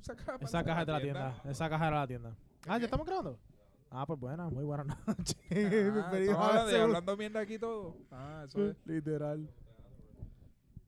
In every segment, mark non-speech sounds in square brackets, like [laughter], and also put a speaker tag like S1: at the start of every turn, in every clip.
S1: Esa caja, para
S2: Esa
S1: atrás.
S2: caja es de la
S3: tienda.
S2: tienda. Esa caja era la tienda. Ah,
S1: Ok.
S2: ¿ya estamos grabando? Ah, pues buenas, muy buenas [laughs] noches.
S1: [laughs]
S4: [laughs]
S1: Ah,
S2: Bienvenidos
S1: estamos
S2: a la
S1: hablando,
S2: segunda-
S1: hablando mierda aquí todo. Ah, eso es.
S2: Literal.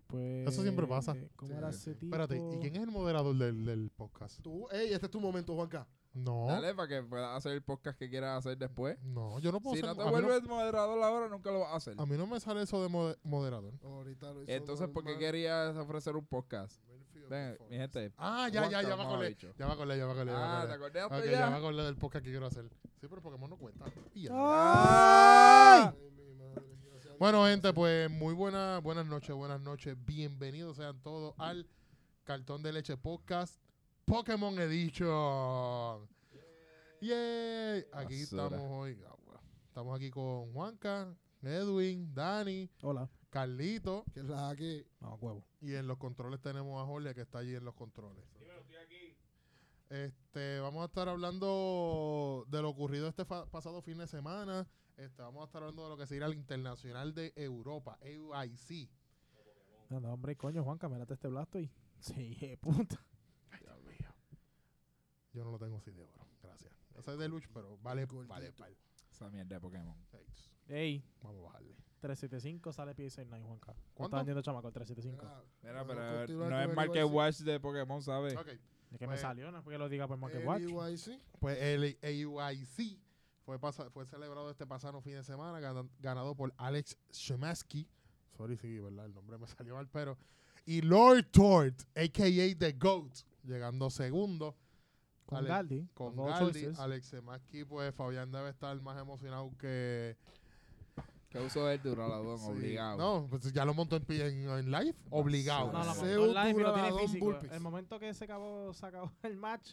S2: Pues,
S4: Eso siempre pasa.
S2: ¿Cómo
S1: Sí,
S2: era
S1: sí.
S2: ese tipo?
S4: Espérate, ¿y quién es el moderador del, del podcast?
S5: Tú, ey, este es tu momento, Juanca.
S4: No,
S1: Dale para que puedas hacer el podcast que quieras hacer después.
S4: no, yo no puedo
S1: Si
S4: ser.
S1: no te
S4: a, mí no,
S1: vuelves moderador ahora, nunca lo vas a hacer.
S4: a mí no me sale eso de mode- moderador.
S5: Ahorita lo hizo
S1: Entonces, ¿por qué
S5: normal.
S1: querías ofrecer un podcast?
S5: Winfield
S1: Ven, mi
S5: Performance.
S1: gente.
S4: Ah, ya, ya, ya me
S1: Juanca,
S4: acordé.
S1: mamabicho.
S4: Ya me acordé, ya me acordé. ya me
S1: Ah, ¿te
S4: acordé.
S1: acordaste
S4: Ok, ya me
S1: ya?
S4: acordé del podcast que quiero hacer. Sí, pero Pokémon no cuenta. Y ya.
S1: Ah. ¡Ay!
S5: Ay, mi madre, gracias a Dios.
S4: Bueno, gente, pues muy buenas, buenas noches, buenas noches. Bienvenidos sean todos al Cartón de Leche Podcast Pokémon Edition. Yay. Aquí
S1: Basura.
S4: estamos hoy. Ah, bueno. Estamos aquí con Juanca, Edwin, Dani,
S2: Hola.
S4: Carlito.
S5: Que la que.
S2: Vamos, huevo.
S4: Y en los controles tenemos a Julia que está allí en los controles. Este, vamos a estar hablando de lo ocurrido este fa- pasado fin de semana. Este, vamos a estar hablando de lo que sería el Internacional de Europa, EUIC.
S2: Anda, hombre, coño, Juanca, mírate este blasto y... [laughs] Sí, je, puta.
S4: Yo no lo tengo así de oro, gracias. Ese es de Luch, pero vale,
S5: Gordito.
S4: vale, vale.
S1: Esa mierda de Pokémon.
S4: Eits,
S2: Ey,
S4: Vamos a bajarle.
S2: 375 sale pie 69, Juanca. ¿Cuánto
S4: ¿Cuánto?
S2: estás vendiendo, chamaco, el 375?
S5: Ah,
S1: Mira,
S5: Bueno,
S1: pero
S5: continúa
S1: no
S5: con
S1: es
S5: el
S1: Market
S5: UIC.
S1: Watch de Pokémon, ¿sabes?
S4: Ok,
S2: Es que me
S4: Pues-
S2: salió, no es porque lo diga por Market
S5: el
S2: Watch.
S5: EYC,
S4: pues el EUIC fue, pasa- fue celebrado este pasado fin de semana, gana- ganado por Alex Shemaski. Sorry, sí, ¿verdad? El nombre me salió mal, pero. Y Lord Tort, a.k.a. The GOAT, llegando segundo.
S2: Con
S4: Ale-
S2: Galdi.
S4: con
S2: Go
S4: Galdi,
S2: Sources.
S4: Alex Semaski, pues Fabián debe estar más emocionado que...
S1: Que uso del Duraladón,
S4: Sí.
S1: obligado.
S4: No, pues ya lo montó en, pi- en, en live, obligado.
S2: No, lo
S1: Sí.
S2: montó online y lo tiene
S5: Pseudo
S2: físico.
S5: burpees.
S2: El momento que se acabó, se acabó [laughs] el match,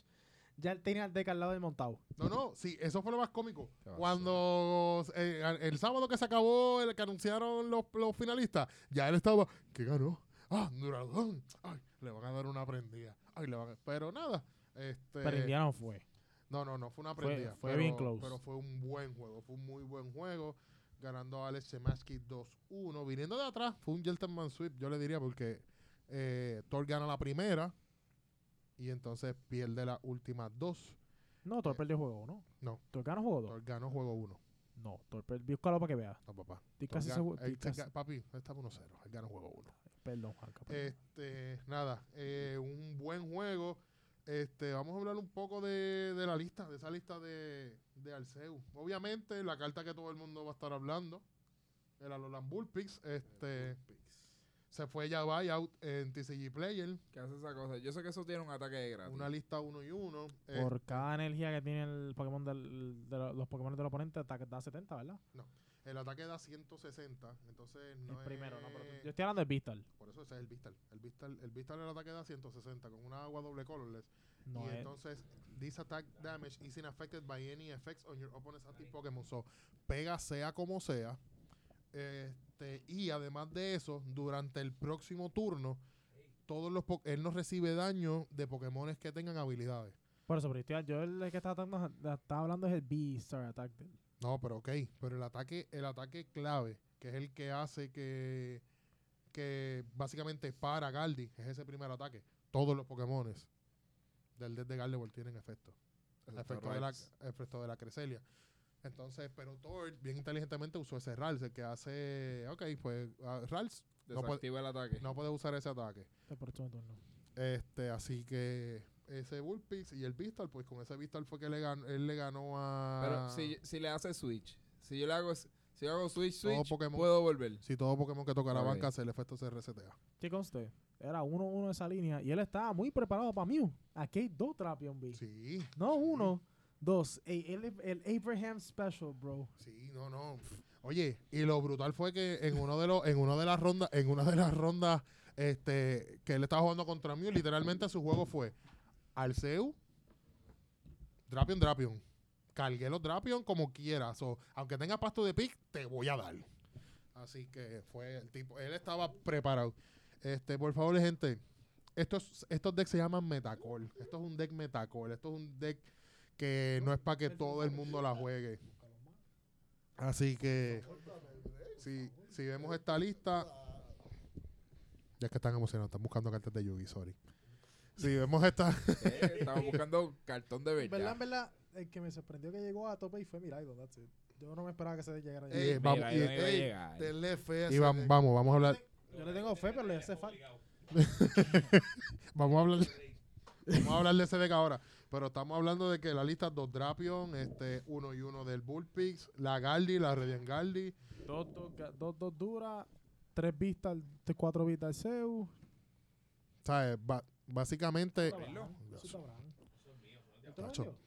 S2: ya él tenía al deck al lado del montado.
S4: No, no, sí, eso fue lo más cómico.
S1: Qué basura.
S4: Cuando eh, a- el sábado que se acabó, el que anunciaron los, los finalistas, ya él estaba, ¿qué ganó? Ah, Duradón. Ay, le van a dar una prendida. Ay, le van a... Pero nada, este...
S2: Pero Indiana no fue.
S4: No, no, no, fue una
S2: Fue-
S4: prendida.
S2: fue
S4: pero,
S2: bien close.
S4: Pero fue un buen juego, fue un muy buen juego. Ganando a Alex Semaski 2-1. Viniendo de atrás, fue un gentleman sweep, yo le diría, porque eh, Thor gana la primera y entonces pierde las últimas dos.
S2: No, Thor perdió juego, ¿no?
S4: No.
S2: ¿Thor ganó juego dos?
S4: Thor ganó juego 1.
S2: No, Thor perdió. Búscalo para que veas.
S4: No, papá.
S2: Estoy
S4: Thor
S2: casi
S4: gan-
S2: seguro.
S4: él
S2: estoy
S4: se
S2: casi-
S4: ga- Papi, él está 1-0. Él ganó juego 1.
S2: Perdón, Juanca. perdón.
S4: Este, nada, eh, un buen juego. Este, vamos a hablar un poco de, de la lista, de esa lista de, de Arceus. Obviamente, la carta que todo el mundo va a estar hablando, el Alolan Bullpix, este, se fue ya buyout en TCG Player,
S1: ¿Qué hace esa cosa? Yo sé que eso tiene un ataque de gratis.
S4: una lista 1 y Eh, 1.
S2: Por cada energía que tiene el Pokémon del, de lo- los Pokémon del oponente, ataque da 70, ¿verdad?
S4: el ataque da 160, entonces no
S2: el primero, no, pero tú-
S4: es-
S2: yo estoy hablando de Vistal.
S4: Por eso ese es el Vistal. El Vistal, el Vistal el ataque da 160 con una agua doble colorless.
S2: No
S4: y
S2: es.
S4: entonces, this attack damage isn't affected by any effects on your opponent's active Pokémon. So, pega sea como sea. Este, y además de eso, durante el próximo turno, todos los po- él no recibe daño de Pokémones que tengan habilidades.
S2: Por eso, pero estoy- yo el que estaba tratando- estaba hablando es el Beastar Attack. del-
S4: No, pero ok. Pero el ataque, el ataque clave, que es el que hace que, que básicamente para a Galdi, es ese primer ataque. Todos los Pokémones del deck de Gardevoir tienen efecto. El
S1: Efecto
S4: efecto, de la,
S1: Rites.
S4: efecto de la Creselia. Entonces, pero Thor bien inteligentemente usó ese Rals, el que hace, ok, pues ah, Rals no puede-
S1: Desactiva el ataque.
S4: no puede usar ese ataque.
S2: del próximo turno.
S4: Este, así que ese Bullpix y el Vistal, pues con ese Vistal fue que le ganó, él le ganó a...
S1: Pero si, si le hace Switch, si yo le hago, si yo hago Switch,
S4: Todo
S1: Switch,
S4: Pokémon.
S1: puedo volver.
S4: Si todo Pokémon que toca la
S1: Ok.
S4: banca se el efecto se resetea.
S2: ¿Qué conste? Era 1-1 esa línea y él estaba muy preparado para Mew. Aquí hay dos Trapion B.
S4: Sí,
S2: No uno, dos. Ey, el, el Abraham Special, bro.
S4: sí, no, no. Oye, y lo brutal fue que en uno de los, en una de las rondas, en una de las rondas, este, que él estaba jugando contra Mew, literalmente su juego fue Arceus, Drapion, Drapion. Cargué los Drapion como quieras. O aunque tenga pasto de pick, te voy a dar. Así que fue el tipo. Él estaba preparado. Este, por favor, gente. Estos, estos decks se llaman Metacol. Esto es un deck Metacol. Esto es un deck que no es para que todo el mundo la juegue. Así que si, si vemos esta lista. Ya es que están emocionados, están buscando cartas de Yugi, sorry. Si vemos
S1: [laughs]
S4: esta.
S1: Eh, estaba buscando cartón de
S2: En verdad,
S1: verdad.
S2: en verdad, el que me sorprendió que llegó a tope y fue Miraidon, that's it. Yo no me esperaba que se llegara
S5: Ey,
S4: vamos-
S3: Mira,
S4: y-
S3: yo no iba a
S5: ey,
S3: llegar.
S5: Te le fe
S4: Y
S5: ese
S4: va-
S5: de-
S4: vamos, vamos a hablar.
S2: Yo le tengo fe, pero le hace falta.
S4: Vamos a hablar. Vamos a hablar de SDK ahora. Pero estamos hablando de que la lista dos Drapion, este, uno y uno del Bullpix, la Galdi, la Radiant Galdi.
S2: Dos, dos, ga- dos, dos duras, tres vistas, al- tres, cuatro vistas al Zeus.
S4: ¿Sabes? Ba- básicamente.
S2: Eso está bravo, eso está bravo. ¿Tú lo
S4: Tacho.
S2: vendió?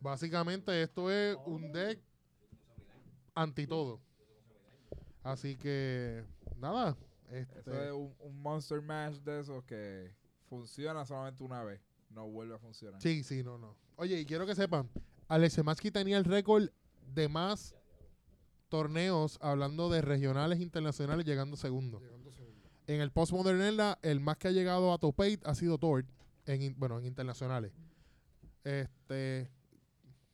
S4: Básicamente esto es un deck anti todo. Así que nada,
S1: Eso
S4: este,
S1: es un, un Monster Mash de esos que funciona solamente una vez. No vuelve a funcionar.
S4: sí, sí, no, no. Oye, y quiero que sepan, Alex Semaski tenía el récord de más torneos hablando de regionales internacionales llegando segundo.
S5: Llegando segundo.
S4: En el Postmodern Era, el más que ha llegado a top 8 ha sido Tord, en, in- bueno, en internacionales. Este,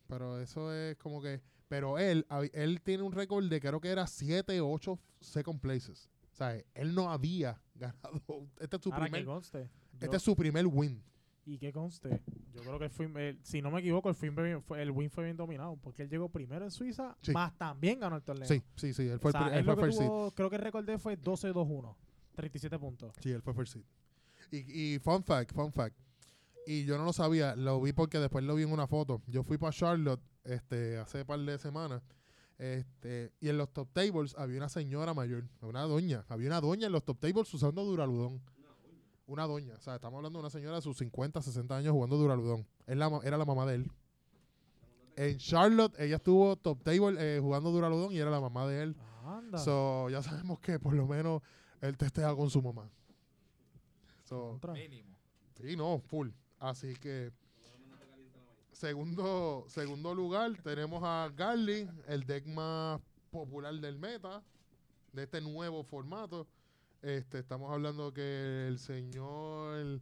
S4: pero eso es como que, pero él, hab- él tiene un récord de creo que era 7 o 8 second places. O sea, él no había [laughs] ganado, este es su
S2: Ahora que
S4: primer,
S2: conste. yo-
S4: este es su primer win.
S2: Y que conste, yo creo que fue, si no me equivoco, el, fin fue- fue- el win fue bien dominado, porque él llegó primero en Suiza,
S4: Sí.
S2: más también ganó el torneo.
S4: Sí, sí, sí, él fue
S2: O sea,
S4: el, pri- él
S2: él
S4: fue
S2: lo que
S4: first seed.
S2: tuvo, creo que el récord de él fue 12-2-1, 37 puntos.
S4: Sí, él fue first seed. Y, y fun fact, fun fact. Y yo no lo sabía, lo vi porque después lo vi en una foto. Yo fui para Charlotte este, hace par de semanas. Este, y en los top tables había una señora mayor, una doña. Había una doña en los top tables usando Duraludón. Una doña. O sea, estamos hablando de una señora de sus 50, 60 años jugando Duraludón. Es la ma- era la mamá de él. En Charlotte, ella estuvo top table eh, jugando Duraludón y era la mamá de él.
S2: Anda.
S4: So, ya sabemos que por lo menos él testea con su mamá. So,
S2: Contra.
S1: Mínimo.
S4: sí, no, full. Así que. Segundo, segundo lugar, tenemos a Garly, el deck más popular del meta, de este nuevo formato. Este, estamos hablando que el señor,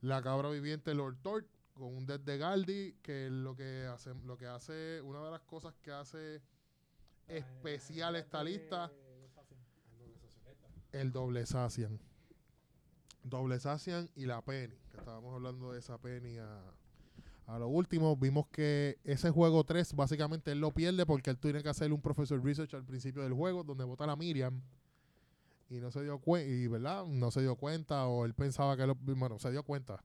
S4: la cabra viviente Lord Tort, con un deck de Galdi, que lo que hace, lo que hace, una de las cosas que hace especial esta lista el doble Sacian. Doble Sacian y la Penny. Que estábamos hablando de esa Penny a, a lo último. Vimos que ese juego 3, básicamente él lo pierde porque él tiene que hacer un professor research al principio del juego, donde vota la Miriam. Y no se dio cuenta, y verdad, no se dio cuenta, o él pensaba que lo. Bueno, se dio cuenta.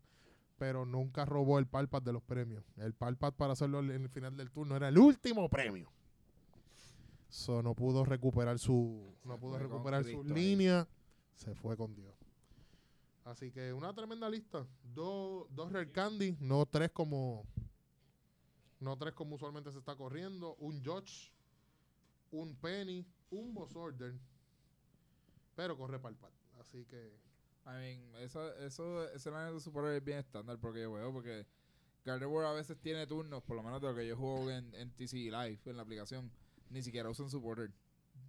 S4: Pero nunca robó el palpat de los premios. El palpat para hacerlo en el final del turno era el último premio. So, no pudo recuperar su. No
S1: Se
S4: pudo
S1: fue con
S4: recuperar su
S1: Cristo ahí.
S4: línea. Se fue con Dios. Así que una tremenda lista. Dos, dos Red Candy, no tres como. No tres como usualmente se está corriendo. Un Judge, un Penny, un Boss Order. Pero corre para el pad. Así que.
S1: I mean, eso, eso, ese line de Super Bowl es bien estándar porque yo veo, porque Gardevoir a veces tiene turnos, por lo menos de lo que yo juego en, en TC Live, en la aplicación, ni siquiera usan supporter.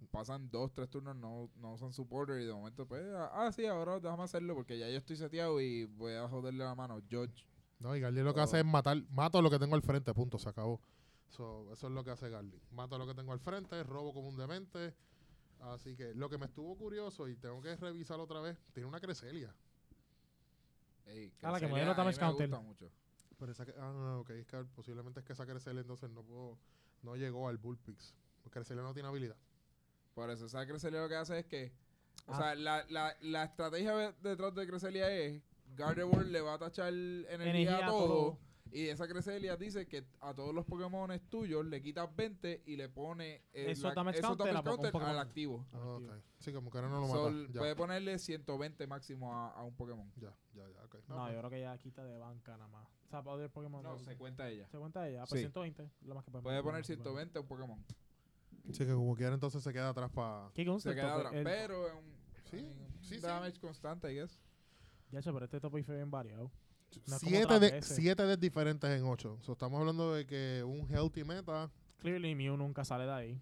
S1: Pasan dos, tres turnos, no, no usan supporter y de momento, pues, ah, sí, ahora déjame hacerlo porque ya yo estoy seteado y voy a joderle la mano. George,
S4: No, y Garly lo que
S1: Oh.
S4: hace es matar. Mato lo que tengo al frente, punto, se acabó. So, eso es lo que hace Garly. Mato lo que tengo al frente, robo como un demente. Así que lo que me estuvo curioso y tengo que revisar otra vez, tiene una Creselia.
S1: ey,
S2: Ah, la que
S1: sería-
S2: modelo
S1: a mí
S2: damage
S1: me
S2: counter.
S1: gusta mucho.
S4: Pero esa que- ah, ok, es que posiblemente es que esa Creselia entonces no pudo, no llegó al Bullpix. Porque Creselia no tiene habilidad.
S1: Por eso, esa Creselia lo que hace es que. O
S2: Ah.
S1: sea, la, la, la estrategia de- detrás de Creselia es: Gardevoir le va a tachar energía,
S2: Energía
S1: a
S2: a
S1: todo.
S2: todo.
S1: Y esa Creselia dice que a todos los Pokémon tuyos le quitas 20 y le pone el
S2: Eso damage counter a po- un Pokémon.
S1: al activo.
S4: Ah,
S2: Activo.
S4: ok. Sí, como que ahora no lo
S1: So,
S4: mata. ya.
S1: puede ponerle 120 máximo a, a un Pokémon.
S4: ya, ya, ya, ok. No,
S2: No,
S4: pues,
S2: yo creo que ya quita de banca nada más. O sea, para el Pokémon.
S1: No, se cuenta ella.
S2: ¿Se cuenta ella?
S1: Sí.
S2: Pues 120, lo más que podemos-
S1: Puede poner
S2: podemos-
S1: 120 a un Pokémon.
S4: Sí, que como quiera entonces se queda atrás para...
S2: ¿Qué conste?
S1: Se queda
S2: Topo-
S1: atrás,
S2: pues, el-
S1: Pero es un,
S4: Sí,
S1: I mean,
S4: sí,
S1: un
S4: sí.
S1: damage constante, I guess.
S2: Ya, che, pero este topo fue bien variado. No es como
S4: siete,
S2: otras
S4: de,
S2: veces.
S4: siete de diferentes en ocho. So, estamos hablando de que un healthy meta...
S2: Clearly, Mew nunca sale de ahí.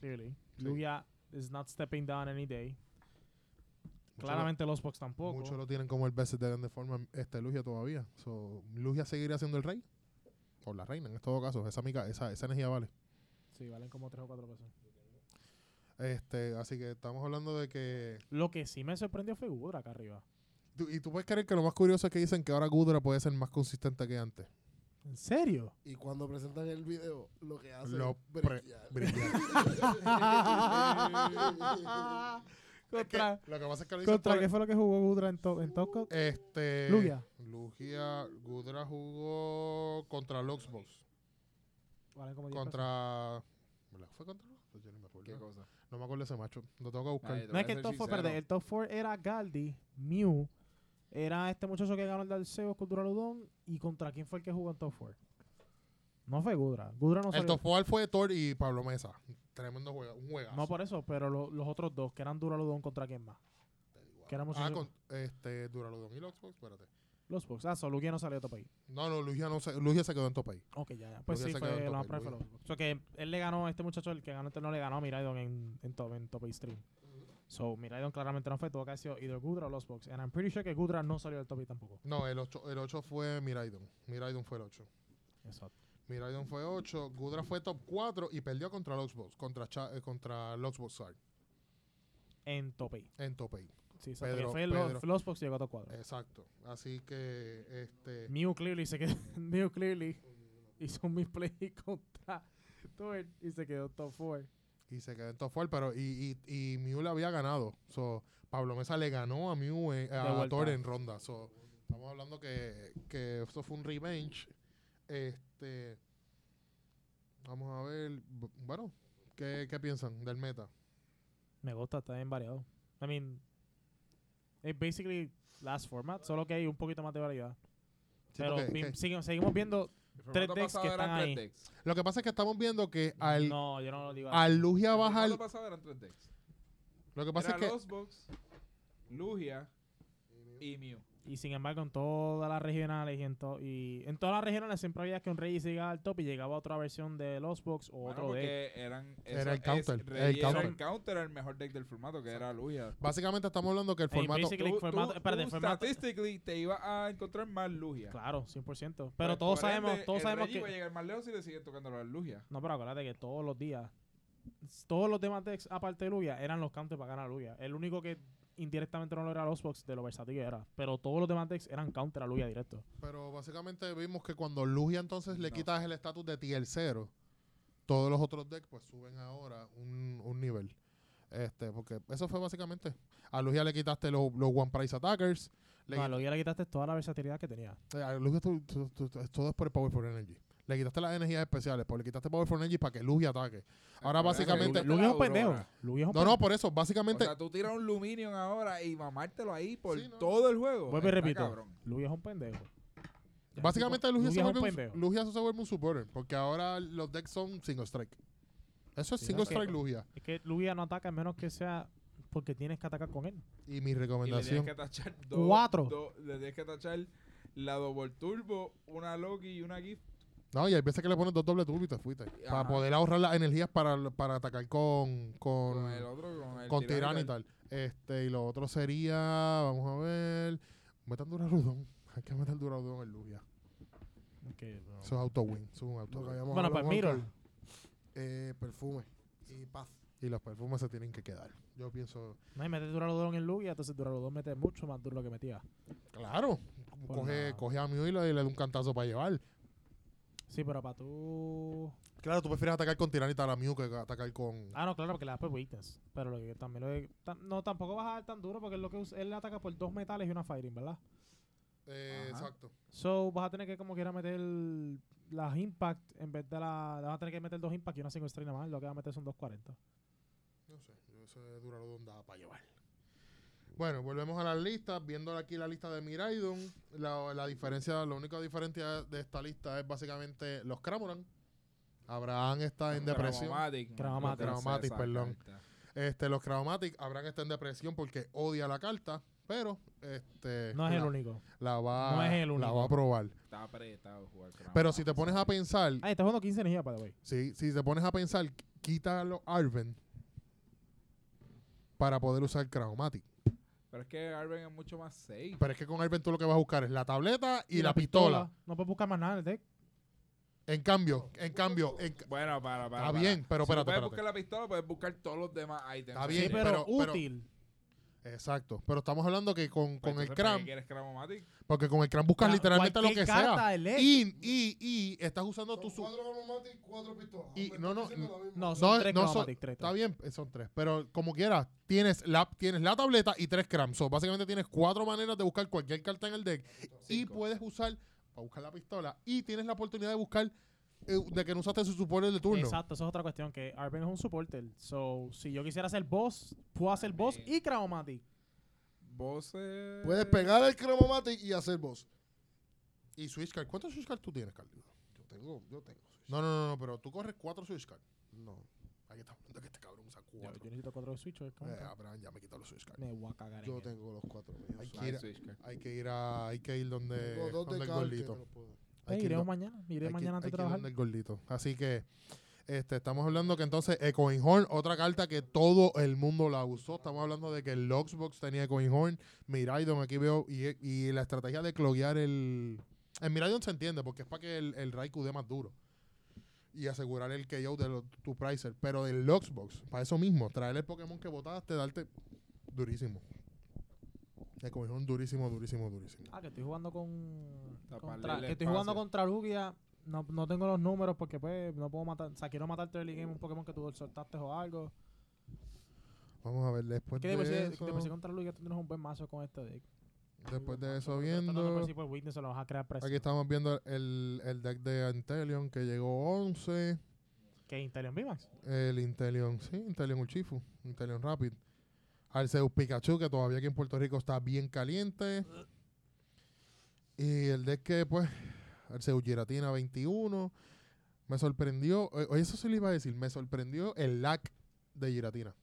S2: Clearly.
S4: Sí.
S2: Lugia is not stepping down any day.
S4: mucho
S2: Claramente los box
S4: lo-
S2: tampoco.
S4: Muchos lo tienen como el best de, de forma este Lugia todavía. So, Lugia seguirá siendo el rey. O la reina, en todo caso. Esa, mica- esa, esa energía vale.
S2: Sí, valen como 3 o 4 pesos.
S4: Este, así que estamos hablando de que...
S2: Lo que sí me sorprendió fue Gudra acá arriba.
S4: Tú- y tú puedes creer que lo más curioso es que dicen que ahora Gudra puede ser más consistente que antes.
S2: ¿En
S4: [laughs]
S2: serio?
S5: Y cuando presentan el video, lo que hacen
S4: Lo
S5: es
S4: pre-
S5: Ah, brillar. [laughs]
S4: brillante. Es que
S2: ¿Contra,
S4: lo que pasa es que lo dicen
S2: contra
S4: por-
S2: qué fue lo que jugó Gudra en, to, en Top Cut?
S4: Este.
S2: Lugia.
S4: Lugia. Gudra jugó contra Luxbox.
S2: Vale, como diez
S4: Contra. ¿verdad? ¿Fue contra Luxbox? Yo no me
S1: ¿Qué
S4: acuerdo.
S1: cosa?
S4: No me acuerdo ese macho. Lo tengo que buscar.
S1: Nadie, te
S2: pesos.
S1: voy
S2: No
S1: a
S2: es que el
S1: ser
S2: top 4,
S1: sincero.
S2: perdón, el top 4 era Galdi, Mew, era este muchacho que ganó el Dalseo Cultura Ludón, y contra quién fue el que jugó en top 4. No fue Gudra. Gudra no
S4: el
S2: salió.
S4: top four fue Thor y Pablo Mesa. Tremendo juego. Un juegazo.
S2: No por eso, pero lo- los otros dos, que eran Duraludón contra quién más. Que eran muchos.
S4: ah, con este, Duraludon y Luxbox. Espérate.
S2: Los Box. Ah, solo Lugia no salió de top 8.
S4: No, no, Lugia, no se, Lugia se quedó en top ahí.
S2: Ok, ya, ya. Pues
S4: Lugia
S2: sí,
S4: se
S2: fue
S4: quedó en
S2: la
S4: top
S2: más
S4: eight,
S2: fue los Bucks. O sea que él le ganó, este muchacho, el que ganó este no le ganó a Miraidon en, en, top, en top eight stream. So, Miraidon claramente no fue, tuvo que haber sido either Gudra o los Box. And I'm pretty sure que Gudra no salió del top eight tampoco.
S4: No, el 8 el ocho fue Miraidon. Miraidon fue el 8.
S2: Exacto.
S4: Miraidon fue 8. Gudra fue top 4 y perdió contra Luxbox. Contra, Cha- eh, contra Luxbox Sar
S2: En top 8.
S4: en top 8.
S2: Sí, exacto.
S4: Pedro,
S2: que fue lo-
S4: Pedro. Eh,
S2: los Box llegó a top 4.
S4: Exacto. Así que, este.
S2: Mew clearly se quedó. [laughs] Mew clearly hizo un misplay [laughs] contra Thor y se quedó top 4.
S4: Y se quedó en top 4, pero. Y, y, y Mew le había ganado. So, Pablo Mesa le ganó a Mew en- a,
S2: De vuelta.
S4: Thor en ronda. So, estamos hablando que, que esto fue un revenge. Este. Vamos a ver. bu- Bueno, ¿qué, qué piensan del meta?
S2: Me gusta, está bien variado. I mean, it's basically last format, solo que hay un poquito más de variedad.
S4: Sí,
S2: Pero
S4: porque-
S2: vi-
S4: que-
S2: sigue- seguimos viendo.
S1: El formato
S2: decks
S1: pasado
S2: que
S1: eran
S2: están
S1: tres
S2: ahí.
S1: decks.
S4: Lo que pasa es que estamos viendo que al,
S2: no, yo no lo digo. así.
S4: al Lugia
S1: El
S4: bajar.
S1: formato pasado eran tres decks.
S4: Lo que pasa es
S1: Era
S4: que.
S1: Lostbox, Lugia y Mew.
S2: Y sin embargo, en todas las regionales y en, to- y en todas las regionales siempre había que un rey llegaba al top y llegaba otra versión de los box o
S1: Bueno,
S2: otro de.
S1: porque eran,
S4: Era
S1: eso
S4: el
S1: es-
S4: counter,
S1: Rey
S4: era el
S1: era
S4: counter.
S1: el counter, el mejor deck del formato, que era Lugia.
S4: Básicamente estamos hablando que el
S2: Hey,
S4: formato.
S2: basically,
S1: Tú-
S2: formato-
S1: tú-
S2: espérate,
S1: tú
S2: formato-
S1: statistically te iba a encontrar más Lugia.
S2: Claro, 100%. Pero
S1: Pues,
S2: todos
S1: por
S2: sabemos,
S1: ende,
S2: todos
S1: el
S2: sabemos
S1: Reggie va a
S2: que.
S1: llegar más lejos si le siguen tocando la Lugia.
S2: No, pero acuérdate que todos los días, todos los demás decks aparte de Lugia eran los counters para ganar a Lugia. El único que indirectamente no lo era los box de lo versátil que era. Pero todos los demás decks eran counter a Lugia directo.
S4: Pero básicamente vimos que cuando Lugia entonces le
S1: No.
S4: quitas el estatus de tier 0, todos los otros decks pues suben ahora un, un nivel. Este, porque eso fue básicamente. A Lugia le quitaste los, los One Price Attackers. Le
S2: No, a Lugia le quitaste toda la versatilidad que tenía.
S4: quit- a Lugia tú- tú- tú- tú- todo es por el Power for Energy. Le quitaste las energías especiales, pero le quitaste Power for Energy para que Lugia ataque. Ahora
S1: Acuérdate
S4: básicamente-
S1: que
S2: Lugia es un
S1: Aurora.
S2: pendejo. Lugia es un
S4: No, no, por eso,
S1: O
S4: básicamente.
S1: sea, tú tiras un Luminion ahora y mamártelo ahí por
S4: Sí, no.
S1: todo el juego.
S2: Vuelvo y
S1: Está
S2: repito.
S1: cabrón.
S2: Lugia es un pendejo. Ya,
S4: básicamente
S2: tipo,
S4: Lugia, se
S2: es un
S4: vuelve
S2: pendejo.
S4: un, Lugia se vuelve un supporter. Porque ahora los decks son single strike. Eso es
S2: Sí,
S4: single
S2: ok.
S4: strike Lugia.
S2: Es que Lugia no ataca a menos que sea porque tienes que atacar con él.
S4: Y mi
S1: Y le
S4: recomendación.
S1: tienes que tachar dos.
S2: Cuatro.
S1: dos- le tienes que tachar la Double Turbo, una Loki y una Gift.
S4: No, y hay veces que le pones dos doble turbo y te fuiste. Para
S1: Ajá.
S4: poder ahorrar las energías para, para atacar con, con,
S1: Con el otro, con el
S4: con Tirán y
S1: Tyranitar.
S4: tal. Este, y lo otro sería, vamos a ver, metan Duraludon. [laughs] Hay que meter Duraludon en Lugia. Eso es auto-win, eso es un auto
S5: Lo que habíamos
S2: Bueno,
S5: hablado,
S2: pues,
S5: Juanca,
S2: Mirror.
S5: eh, perfume y paz.
S4: Y los perfumes se tienen que quedar. Yo pienso,
S2: No, y metes Duraludon en Lugia, entonces Duraludon mete mucho más duro lo que metía.
S4: claro, coge,
S2: nada.
S4: coge a Mew y le, y le da un cantazo para llevar.
S2: Sí, pero para tú.
S4: Claro, tú prefieres atacar con Tirán y tal a Mew que atacar con...
S2: Ah, no, claro, porque le das por weakness. Pero lo que también lo de- tam- No, tampoco vas a dar tan duro porque es lo que us- él ataca por dos metales y una firing, ¿verdad?
S4: Eh,
S1: Ajá.
S4: exacto.
S2: So vas a tener que como quiera meter las impact en vez de la. Vas a tener que meter dos impact y una single strike nada más. Lo que vas a meter son 240.
S4: No sé, yo ese Duraludon daba para llevar. Bueno, volvemos a las listas. Viendo aquí la lista de Miraidon, la, la diferencia, la única diferencia de esta lista es básicamente los Cramoran. Abraham está en depresión.
S1: Cravomatic.
S2: Cravomatic.
S4: Cravomatic,
S1: Esa
S4: perdón.
S1: carta.
S4: Este, los Cravomatic, Abraham está en depresión porque odia la carta, pero este
S2: No es
S4: la,
S2: el único.
S4: la va,
S2: no es el
S4: la
S2: único.
S4: va a probar.
S1: Está apretado jugar Cravomatic.
S4: Pero si te pones a pensar,
S2: Ah, está jugando 15 energía, para the way.
S4: sí, si te pones a pensar, quita a los Arven para poder usar Cravomatic.
S1: Pero es que Arven es mucho más safe.
S4: Pero es que con Arven tú lo que vas a buscar es la tableta y, la, pistola.
S2: No puedes buscar más nada en el deck.
S4: En cambio, en cambio, en ca-
S1: Bueno, para, para.
S4: Está
S1: para.
S4: bien, pero
S1: Si no
S4: espérate,
S1: puedes
S4: espérate.
S1: buscar la pistola, puedes buscar todos los demás ítems.
S4: Está
S1: Sí,
S4: bien,
S2: sí, pero,
S4: pero- pero-
S2: útil.
S4: Exacto. Pero estamos hablando que con,
S1: Pues
S4: con
S1: entonces,
S4: el
S1: ¿para qué
S4: Cram,
S1: quieres Cramomatic?
S4: porque con el Cram buscas
S2: Ca-
S4: literalmente lo que
S2: cualquier carta
S4: sea.
S2: de ley.
S4: Y, y, y estás usando tu...
S5: Son
S4: su-
S5: cuatro cromomáticos y cuatro pistolas.
S4: Y-
S5: Me
S4: no,
S5: están
S4: no,
S5: diciendo lo mismo.
S2: No, son
S4: no,
S2: tres
S4: no, son-
S2: cromatic, tres,
S4: Está
S2: tres.
S4: bien, son tres. Pero como quieras, tienes la, tienes la tableta y tres crams. So, básicamente tienes cuatro maneras de buscar cualquier carta en el deck. Y
S1: Cinco.
S4: puedes usar, para buscar la pistola, y tienes la oportunidad de buscar eh, de que no usaste su supporter de turno.
S2: Exacto, eso es otra cuestión, que Arben es un supporter. So, si yo quisiera hacer boss, puedo hacer boss
S1: Arben.
S2: y Cravomatic.
S1: Vos, eh,
S5: Puedes pegar el cromomatic y hacer voz.
S4: Y Switch Card. ¿Cuántos Switch Card tú tienes, Carlos?
S5: Yo tengo, yo tengo. switch.
S4: No, no, no, no, pero tú corres cuatro Switch Card.
S5: No.
S4: Aquí estamos viendo que este cabrón usa
S2: Yo,
S4: cuatro.
S2: yo necesito cuatro switches.
S4: Eh, Abraham, ya me quitó los Switch Card.
S2: Me voy a cagar en
S5: Yo
S2: esto.
S5: tengo los cuatro. míos.
S4: Ay,
S1: Ah,
S4: quiera-
S1: Switch Card.
S4: Hay que ir a, hay que ir donde,
S5: Tengo dos
S4: donde el
S5: de cal que
S4: Eh, gordito.
S5: me los puedo.
S4: Hay
S2: Eh,
S4: que ir
S2: iremos
S4: do-
S2: mañana, iré
S4: Hay que-
S2: mañana antes de
S4: hay que ir
S2: trabajar.
S4: donde el gordito. Así que este, estamos hablando que entonces Echoing Horn, otra carta que todo el mundo la usó. Estamos hablando de que el Loxbox tenía Echoing Horn, Miraidon, aquí veo, y, y la estrategia de cloguear el... El Miraidon se entiende porque es para que el, el Raikou dé más duro y asegurar el KO de lo- tu Pricer. Pero el Loxbox, para eso mismo, traer el Pokémon que votaste, darte durísimo. Echoing Horn durísimo, durísimo, durísimo.
S2: Ah, que estoy jugando con.
S1: Taparle
S2: contra-
S1: el
S2: que estoy jugando
S1: espacio.
S2: contra Lugia. No, no tengo los números porque, pues, no puedo matar. O sea, quiero matarte el game un Pokémon que tú soltaste o algo.
S4: Vamos a ver después
S2: Que
S4: de
S2: de por sí- de
S4: eso.
S2: por sí contra Lugia tú tienes un buen mazo con este deck.
S4: Después de eso
S2: Pero tratando de
S4: viendo...
S2: ver si por Witness se lo vas a crear presión.
S4: Aquí estamos viendo el, el deck de Inteleon que llegó 11.
S2: Que Intelion Vimax.
S4: El Inteleon, sí, Inteleon Uchifu, Inteleon Rapid. Arceus Pikachu, que todavía aquí en Puerto Rico está bien caliente. Y el deck que, pues, Arceus Giratina 21. Me sorprendió, eh, oye, eso sí le iba a decir, me sorprendió el lack de Giratina.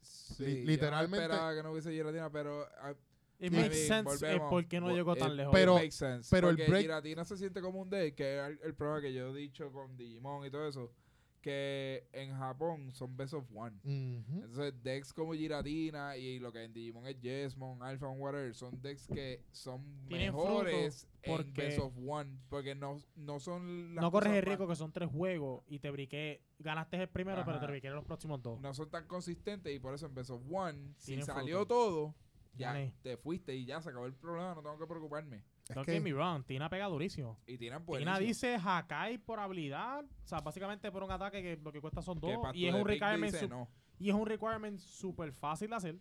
S1: Sí,
S4: li-
S1: yo no
S4: literalmente-
S1: esperaba que no hubiese Giratina, pero ah,
S2: It
S4: Sí.
S2: makes
S1: Sí,
S2: sense eh,
S1: volvemos.
S2: por qué no
S1: Vol-
S2: llegó
S1: eh,
S2: tan lejos.
S4: pero-
S1: It makes sense,
S4: pero el
S1: porque
S4: break-
S1: Giratina se siente como un deck, que es el, el problema que yo he dicho con Digimon y todo eso, que en Japón son best of one.
S4: Ujú.
S1: Entonces, decks como Giratina y lo que en Digimon es Jesmon, Alpha and Water, son decks que son
S2: Tienen
S1: mejores
S2: fruto
S1: en
S2: porque-
S1: Best of One, porque no, no son las
S2: no corres
S1: cosas
S2: el riesgo
S1: más-
S2: que son tres juegos y te briqué. Ganaste el primero, pero te
S1: Ajá.
S2: briqué los próximos dos.
S1: no son tan consistentes y por eso en Best of One, si
S2: Tienen
S1: salió
S2: fruto.
S1: todo, ya
S2: Gané.
S1: te fuiste y ya se acabó el problema, no tengo que preocuparme.
S4: Es
S2: Don't
S4: que-
S2: get me wrong, Tina pega durísimo.
S1: Y tienen
S2: Tina
S1: buenísimo.
S2: dice Hakai por habilidad, o sea, básicamente por un ataque que lo que cuesta son dos
S1: que Path
S2: y es
S1: to the
S2: un
S1: Peak
S2: requirement
S1: dice
S2: sup-
S1: no.
S2: y es un requirement super fácil de hacer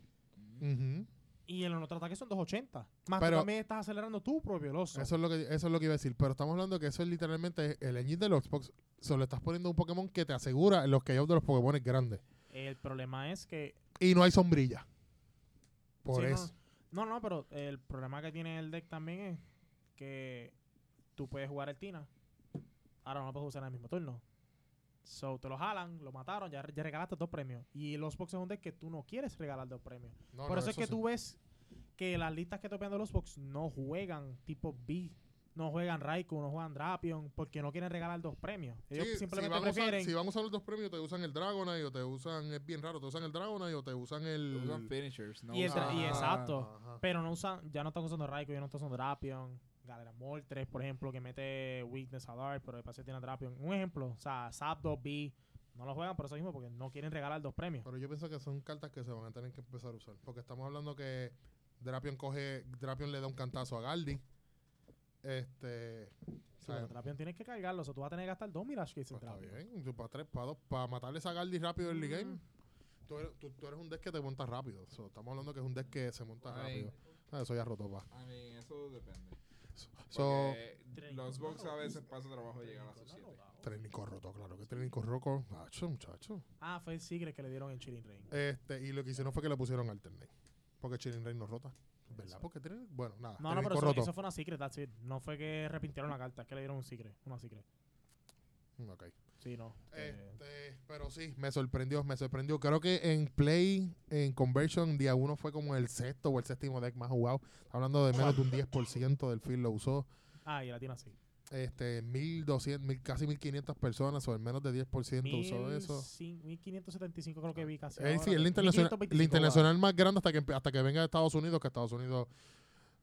S4: Ujú.
S2: y en los otros ataques son 280. Más
S4: Pero-
S2: tú también estás acelerando tu propio loso.
S4: Eso es lo que eso es lo que iba a decir, pero estamos hablando que eso es literalmente el engine del Xbox. Solo estás poniendo un Pokémon que te asegura los que de los Pokémon grandes
S2: El problema es que
S4: y no hay sombrilla. Por
S2: Sí, no,
S4: eso.
S2: No, no, pero el problema que tiene el deck también es que tú puedes jugar el Tina. Ahora no lo puedes usar en el mismo turno. So, te lo jalan, lo mataron, ya, ya regalaste dos premios. Y los boxes es un deck que tú no quieres regalar dos premios.
S4: No,
S2: Por
S4: no,
S2: eso, es que
S4: sí.
S2: tú ves que las listas que topean de los box no juegan tipo B. No juegan Raikou, no juegan Drapion, porque no quieren regalar dos premios.
S4: Sí,
S2: Ellos
S4: si
S2: simplemente
S4: van a usar-
S2: prefieren...
S4: si van a usar los dos premios, te usan el Dragonite o te usan, es bien raro, te usan el Dragonite o te usan el.
S1: Usan finishers, no
S2: Y el
S1: usan
S2: tra- y
S1: nada.
S2: exacto.
S4: Ajá.
S2: Pero no usan, ya no están usando Raikou, ya no están usando Drapion. Galera Moltres, por ejemplo, que mete Weakness a Dark, pero de paso tiene a Drapion. Un ejemplo, o sea, Zapdos, B, no lo juegan por eso mismo, porque no quieren regalar dos premios.
S4: Pero yo pienso que son cartas que se van a tener que empezar a usar. Porque estamos hablando que Drapion coge. Drapion le da un cantazo a Galdi. Este.
S2: Sí,
S4: ¿sabes?
S2: pero Drapion tienes que cargarlo, o sea, tú vas a tener que gastar dos Mirage Kids en
S4: Pues está
S2: Drapion.
S4: bien, tú para tres, para dos, para matarles a Galdi rápido en el game.
S2: Mm.
S4: Tú eres, tú, tú eres un deck que te monta rápido. So, estamos hablando que es un deck que se monta
S1: Ay.
S4: rápido. Ah, eso ya roto va.
S1: I mean, eso depende.
S4: So,
S1: Porque los box a veces pasa trabajo llegar a sus 7.
S4: Trénico roto, claro que Trénico roto. Hacho, muchacho.
S2: Ah, fue el Secret que le dieron en Chilling Rain.
S4: Este, y lo que hicieron fue que le pusieron alternate. Porque Chilling Rain no rota. ¿Verdad? Porque Tren- Bueno, nada.
S2: No, no,
S4: Trénico
S2: pero eso,
S4: roto.
S2: eso fue una Secret, that's it. No fue que repintieron la carta, es que le dieron un Secret, una Secret.
S4: Mm, ok.
S2: Sí, no. eh,
S4: Este, pero sí, me sorprendió, me sorprendió. Creo que en Play, en Conversion, día uno fue como el sexto o el séptimo deck más jugado. Hablando de menos de un 10% del field lo usó.
S2: Ah, y la tiene así.
S4: Este, 1200, mil- casi 1500 personas, o el menos de 10% usó
S2: Mil
S4: eso.
S2: cin- 1575 creo que vi casi.
S4: Eh,
S2: ahora,
S4: sí, el internacional,
S2: 1525
S4: el
S2: va.
S4: internacional más grande hasta que, empe- hasta que venga de Estados Unidos, que Estados Unidos.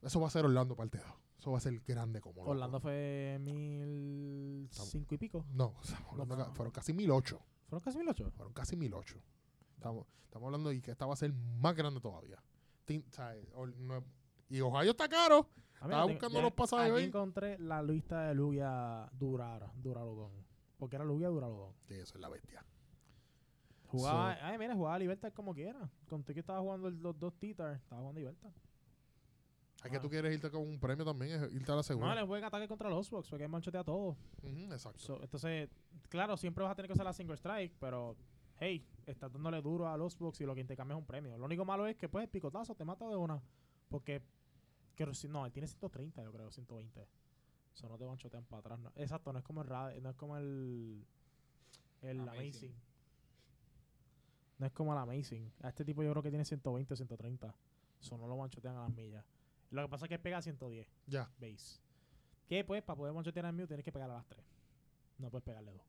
S4: Eso va a ser Orlando parte 2. Eso va a ser grande como loco.
S2: Orlando fue mil cinco y pico.
S4: No, o sea, Orlando
S2: No,
S4: ca-
S2: no.
S4: fueron casi 1008.
S2: Fueron casi mil ocho.
S4: Fueron casi 1008. Estamos, estamos hablando de que esta va a ser más grande todavía. Tin- o sea, o- no- y Ohio está caro.
S2: Ah,
S4: Estaba
S2: tengo-
S4: buscando
S2: ya-
S4: los pasajes
S2: Aquí
S4: hoy.
S2: encontré la lista de Lugia Durar, Duraludon. Porque era Lugia Duraludon.
S4: Sí, eso es la bestia.
S2: Jugaba, ay, mira, jugaba a Libertad como quiera. Conté que estaba jugando el- los dos Titar, estaba jugando a Libertad.
S4: Hay que
S2: Ah.
S4: tú quieres irte con un premio también, es irte a la
S2: No,
S4: segura.
S2: le juega ataque contra los Xbox, porque él manchotea todo.
S4: Ujú, exacto.
S2: So, entonces, claro, siempre vas a tener que usar la single strike, pero hey, estás dándole duro a los box y lo que intercambias es un premio. Lo único malo es que pues el picotazo te mata de una. Porque creo si- no, él tiene 130, yo creo, 120. Eso no te banchotean para atrás. no. Exacto, no es como el Ra- no es como el el
S1: Amazing.
S2: amazing. No es como el amazing. A este tipo yo creo que tiene 120 o 130. Eso no lo banchotean a las millas. Lo que pasa es que pega 110
S4: Ya.
S2: base. Que pues, para poder manchotear al Mew tienes que pegar a las tres. No puedes pegarle dos.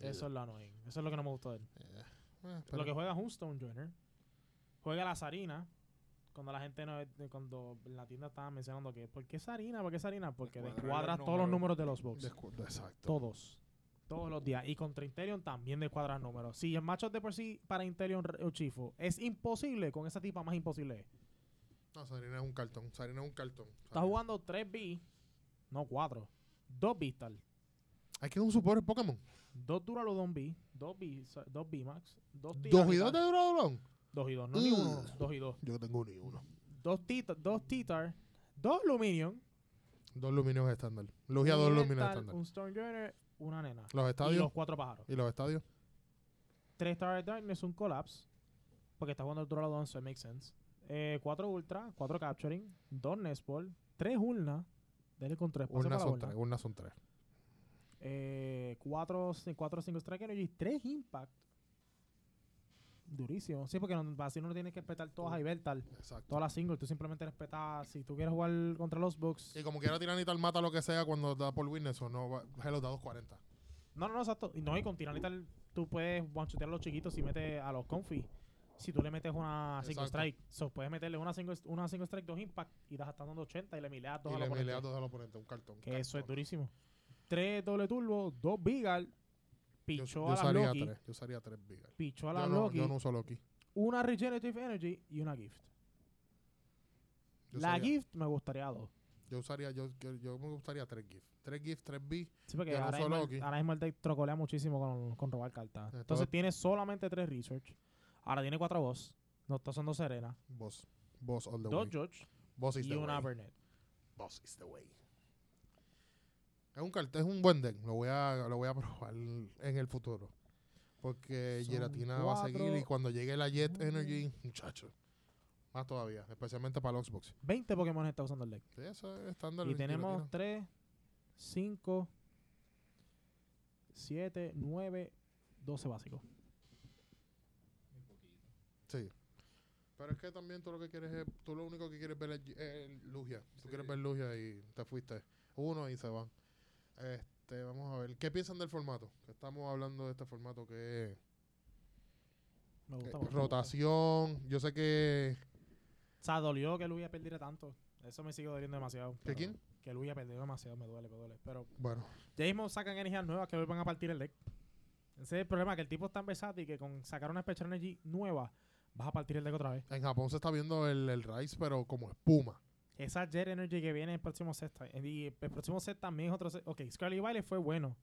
S2: Eso es lo annoying. Eso es lo que no me gustó de él.
S4: Eh, pero-
S2: Lo que juega es un Stone Joiner. Juega la Sarina. Cuando la gente no. Cuando en la tienda estaban mencionando que. ¿Por qué Sarina? ¿Por qué Sarina? Porque
S1: Descuadrar los
S2: descuadras todos los
S1: números.
S2: números de los box.
S4: Descu- Exacto.
S2: Todos. Todos los días. Y contra Interion también descuadras números. Si el macho de por sí para Interion o Chifo es imposible, con esa tipa más imposible es.
S4: No, Sarina es un cartón. Sarina es un cartón.
S2: Está
S4: Sarina.
S2: jugando 3B, no 4. 2 Vistal.
S4: Hay que un support Pokémon.
S2: Dos Duraludon B, dos B, sa- dos B Max, dos
S4: ¿Dos y
S2: Tiranitar-
S4: dos de Duraludon?
S2: Dos y dos, no ni
S4: Mm.
S2: uno, dos y dos.
S4: Yo tengo ni uno.
S2: Dos Titar, dos Titar, dos Luminion.
S4: Dos Luminios estándar. Lugia dos
S2: un
S4: Luminios
S2: Reptar,
S4: estándar.
S2: Un Stormjourner, una nena.
S4: Los
S2: Y
S4: estadios.
S2: los cuatro pájaros.
S4: Y los estadios.
S2: Tres Star Darkness, un Collapse. Porque está jugando el Duraludon, so it makes sense. Eh, cuatro Ultra, cuatro Capturing, dos Nespol, tres Ulna. Dele con tres pases
S4: Urnas
S2: para
S4: son
S2: Ulna.
S4: tres. Urnas son tres.
S2: Eh, 4 5 Strike Energy, 3 Impact. Durísimo. Sí, porque no, así no tienes que respetar todas a Ibertal,
S4: Exacto.
S2: todas las singles. Tú simplemente respetas. Si tú quieres jugar contra los Bucks.
S4: Y como quiera Tiranitar mata lo que sea cuando da por Witness o no. va- Hello, da 240.
S2: No, no, no, exacto. Y No, y con Tiranitar tú puedes one-shotear a los chiquitos si metes a los Confi. Si tú le metes una single
S4: Exacto.
S2: strike, so, puedes meterle una single, una single strike, dos impact y das hasta dando 80 y le mileas dos
S4: Y
S2: a
S4: le
S2: la
S4: pelea dos al oponente. Un cartón.
S2: Que eso es
S4: cartón.
S2: durísimo. Tres doble turbo, dos Bigal,
S4: Yo, yo
S2: pichó a la
S4: usaría
S2: Loki,
S4: tres. Yo usaría tres Bigal.
S2: pichó a
S4: Yo
S2: la
S4: no,
S2: Loki.
S4: yo no uso Loki.
S2: una Regenerative Energy y una Gift.
S4: Yo
S2: la
S4: usaría-
S2: Gift me gustaría dos.
S4: Yo usaría, yo, yo, yo me gustaría tres GIF. Tres GIF, tres B.
S2: Sí, porque
S4: Yo no
S2: ahora,
S4: uso
S2: mismo, el-
S4: Loki.
S2: ahora mismo el deck trocolea muchísimo con, con robar cartas.
S4: Todo-
S2: Entonces tiene solamente tres Research. Ahora tiene cuatro Boss. No, estas son dos Serena,
S4: Boss. Boss all the
S2: dos
S4: way.
S2: George
S4: Boss is
S2: y
S4: the
S2: una
S4: way.
S2: Burnett.
S4: Boss is the way. Es un cartel, es un buen deck. Lo voy a, lo voy a [laughs] probar en el futuro. Porque
S2: Son
S4: Giratina va a seguir y
S2: cuatro.
S4: cuando llegue la Jet
S2: Nueve.
S4: Energy, muchacho. Más todavía, especialmente para el Xbox.
S2: 20 Pokémon está usando el deck.
S4: Sí, eso es estándar.
S2: y
S4: en
S2: tenemos
S4: Giratina.
S2: 3, 5, 7, 9, 12 básicos.
S4: Sí. Pero es que también tú lo que quieres es, tú lo único que quieres ver es, es Lugia. Tú quieres ver Lugia y te fuiste. Uno y se van. Este, vamos a ver. ¿Qué piensan del formato? Que estamos hablando de este formato que es
S2: Me gusta
S4: eh,
S2: mucho.
S4: rotación. Yo sé que.
S2: O sea, dolió que Lugia perdiera tanto. Eso me sigue doliendo demasiado.
S4: ¿Que
S2: pero
S4: quién?
S2: Que Lugia perdió demasiado, me duele, me duele. Pero
S4: Bueno,
S2: Ya mismo sacan energías nuevas que vuelvan a partir el deck. Ese es el problema, que el tipo es tan versátil que con sacar una Special Energy nueva vas a partir el deck otra vez.
S4: en Japón se está viendo el, el Rice, pero como espuma.
S2: Esa Jet Energy que viene el próximo set. ta- Y el próximo set también es otro set. Ok, Scarlet Violet fue bueno.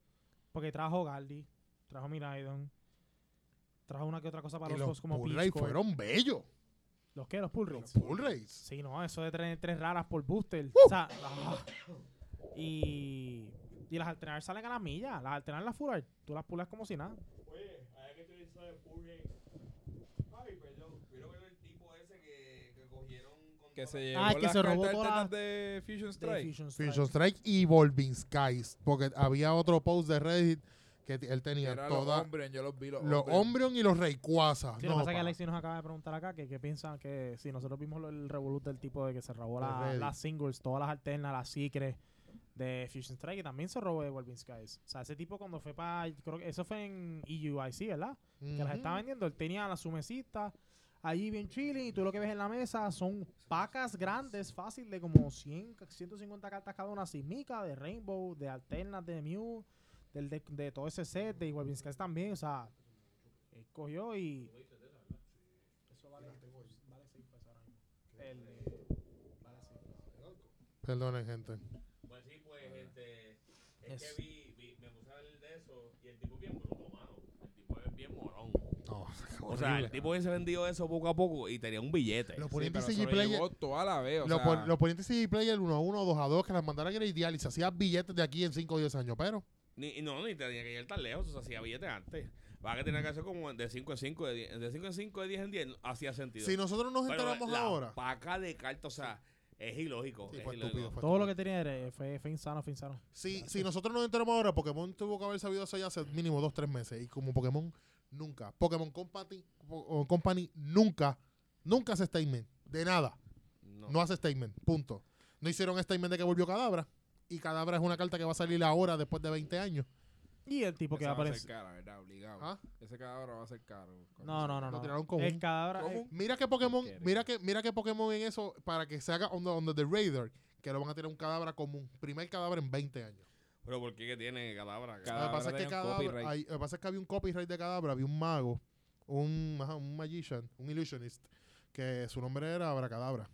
S2: Porque trajo Galdi, trajo Miraidon, trajo una que otra cosa para
S4: Y
S2: los
S4: los
S2: dos como
S4: Pull Rays
S2: Peach Core.
S4: fueron bellos.
S2: ¿Los qué? ¿Los Pull
S4: Los
S2: Rays?
S4: Pull ¡Uh! Rays.
S2: Sí, no, eso de tener tres raras por booster. O sea, ah. y, y las alternar salen a las millas. Las alternar las full art, tú las pulas como si nada.
S3: Oye, hay que utilizar el purge. Ay, perdón. Vieron el tipo ese que, que cogieron con
S1: Que
S3: toda
S1: se
S3: la-
S1: llevó
S2: Ah, que
S1: las
S2: se robó
S1: cartas
S2: toda la-
S1: alternas de Fusion
S2: de
S1: Strike.
S2: Fusion Strike.
S4: Fusion Strike y Volving Skies. Porque había otro post de Reddit que t- él
S1: que
S4: tenía
S1: era los
S4: toda.
S1: Umbreon, yo los vi los
S4: Los
S1: Umbreon.
S4: Ombrion y los Rayquaza.
S2: Sí, lo que
S4: no,
S2: pasa es que
S4: pa.
S2: Alexi nos acaba de preguntar acá que, que piensan que si nosotros vimos lo- el revolut del tipo de que se robó
S4: De
S2: la-
S4: Reddit.
S2: las singles, todas las alternas, las secrets de Fusion Strike y también se robó de Wolvin Skies. O sea, ese tipo cuando fue para, creo que eso fue en E EUIC, ¿verdad? Que las
S4: Ujú.
S2: estaba vendiendo, él tenía la su mesita allí bien chilling y tú lo que ves en la mesa son pacas grandes, fácil de como 100, 150 cartas cada una, sísmica de Rainbow, de alternas de Mew, del de, de todo ese set, de Wolvin Skies también, o sea, él cogió y el de. Vale, sí.
S4: Perdonen, gente.
S3: Pues sí, pues
S4: Ah.
S3: este. Es
S2: Es-
S3: que vi, vi- me puse a ver de eso y el tipo es bien bruto, mano. El tipo es bien morón.
S4: No, [laughs]
S3: O sea, el tipo hubiese vendido eso poco a poco y tenía un billete.
S4: Los
S1: Sí,
S4: ponentes
S1: pero se
S4: CG
S1: lo
S4: Player.
S1: llevó toda la vez, o
S4: Los
S1: sea,
S4: pon- los ponentes CG Player 1 a 1, 2 a 2, que las mandara a gradear y se hacían billetes de aquí en 5 o 10 años. Pero,
S3: Ni, y no, ni tenía que ir tan lejos, o sea, hacía billetes antes. Va que tenía que hacer como de 5 en 5, de 10, de 5 en 5, de 10 en 10, no, hacía sentido.
S4: si nosotros nos
S3: Pero
S4: enteramos
S3: la
S4: ahora.
S3: Paca de cartas, o sea, es ilógico.
S4: Sí,
S3: es
S4: fue
S3: ilógico.
S4: estúpido.
S2: Pues
S4: fue
S2: Todo lo
S4: estúpido.
S2: que tenía era, eh, fue, fue insano, fue insano.
S4: Si, si nosotros nos enteramos ahora, Pokémon tuvo que haber sabido eso ya hace mínimo 2 3 meses. Y como Pokémon, nunca. Pokémon Company, po- Company nunca, nunca hace statement. De nada.
S3: No.
S4: No. hace statement, punto. No hicieron statement de que volvió Cadabra. Y Cadabra es una carta que va a salir ahora después de 20 años.
S2: Y el tipo que
S1: esa
S2: va a
S1: va a
S2: aparecer.
S1: ser cara, ¿verdad? Obligado.
S4: ¿Ah?
S1: Ese cadáver va a ser caro.
S2: No, no, no,
S4: Lo
S2: no.
S4: tiraron con
S2: el
S4: un-
S2: cadáver.
S1: ¿Cómo?
S2: eh,
S4: Mira que Pokémon,
S1: Porquería.
S4: mira que, mira que Pokémon en eso, para que se haga on the, on the radar, que lo van a tirar un Cadabra común. Primer Cadabra en 20 años.
S3: Pero ¿por qué que tiene cadabra? acá?
S1: Cada-
S4: lo, que pasa
S1: Cadabra tenía
S4: es que
S1: un
S4: Cadabra-
S1: copyright.
S4: hay- lo que pasa es que había un copyright de Cadabra, había un mago, un, ajá, un magician, un illusionist, que su nombre era Abracadabra.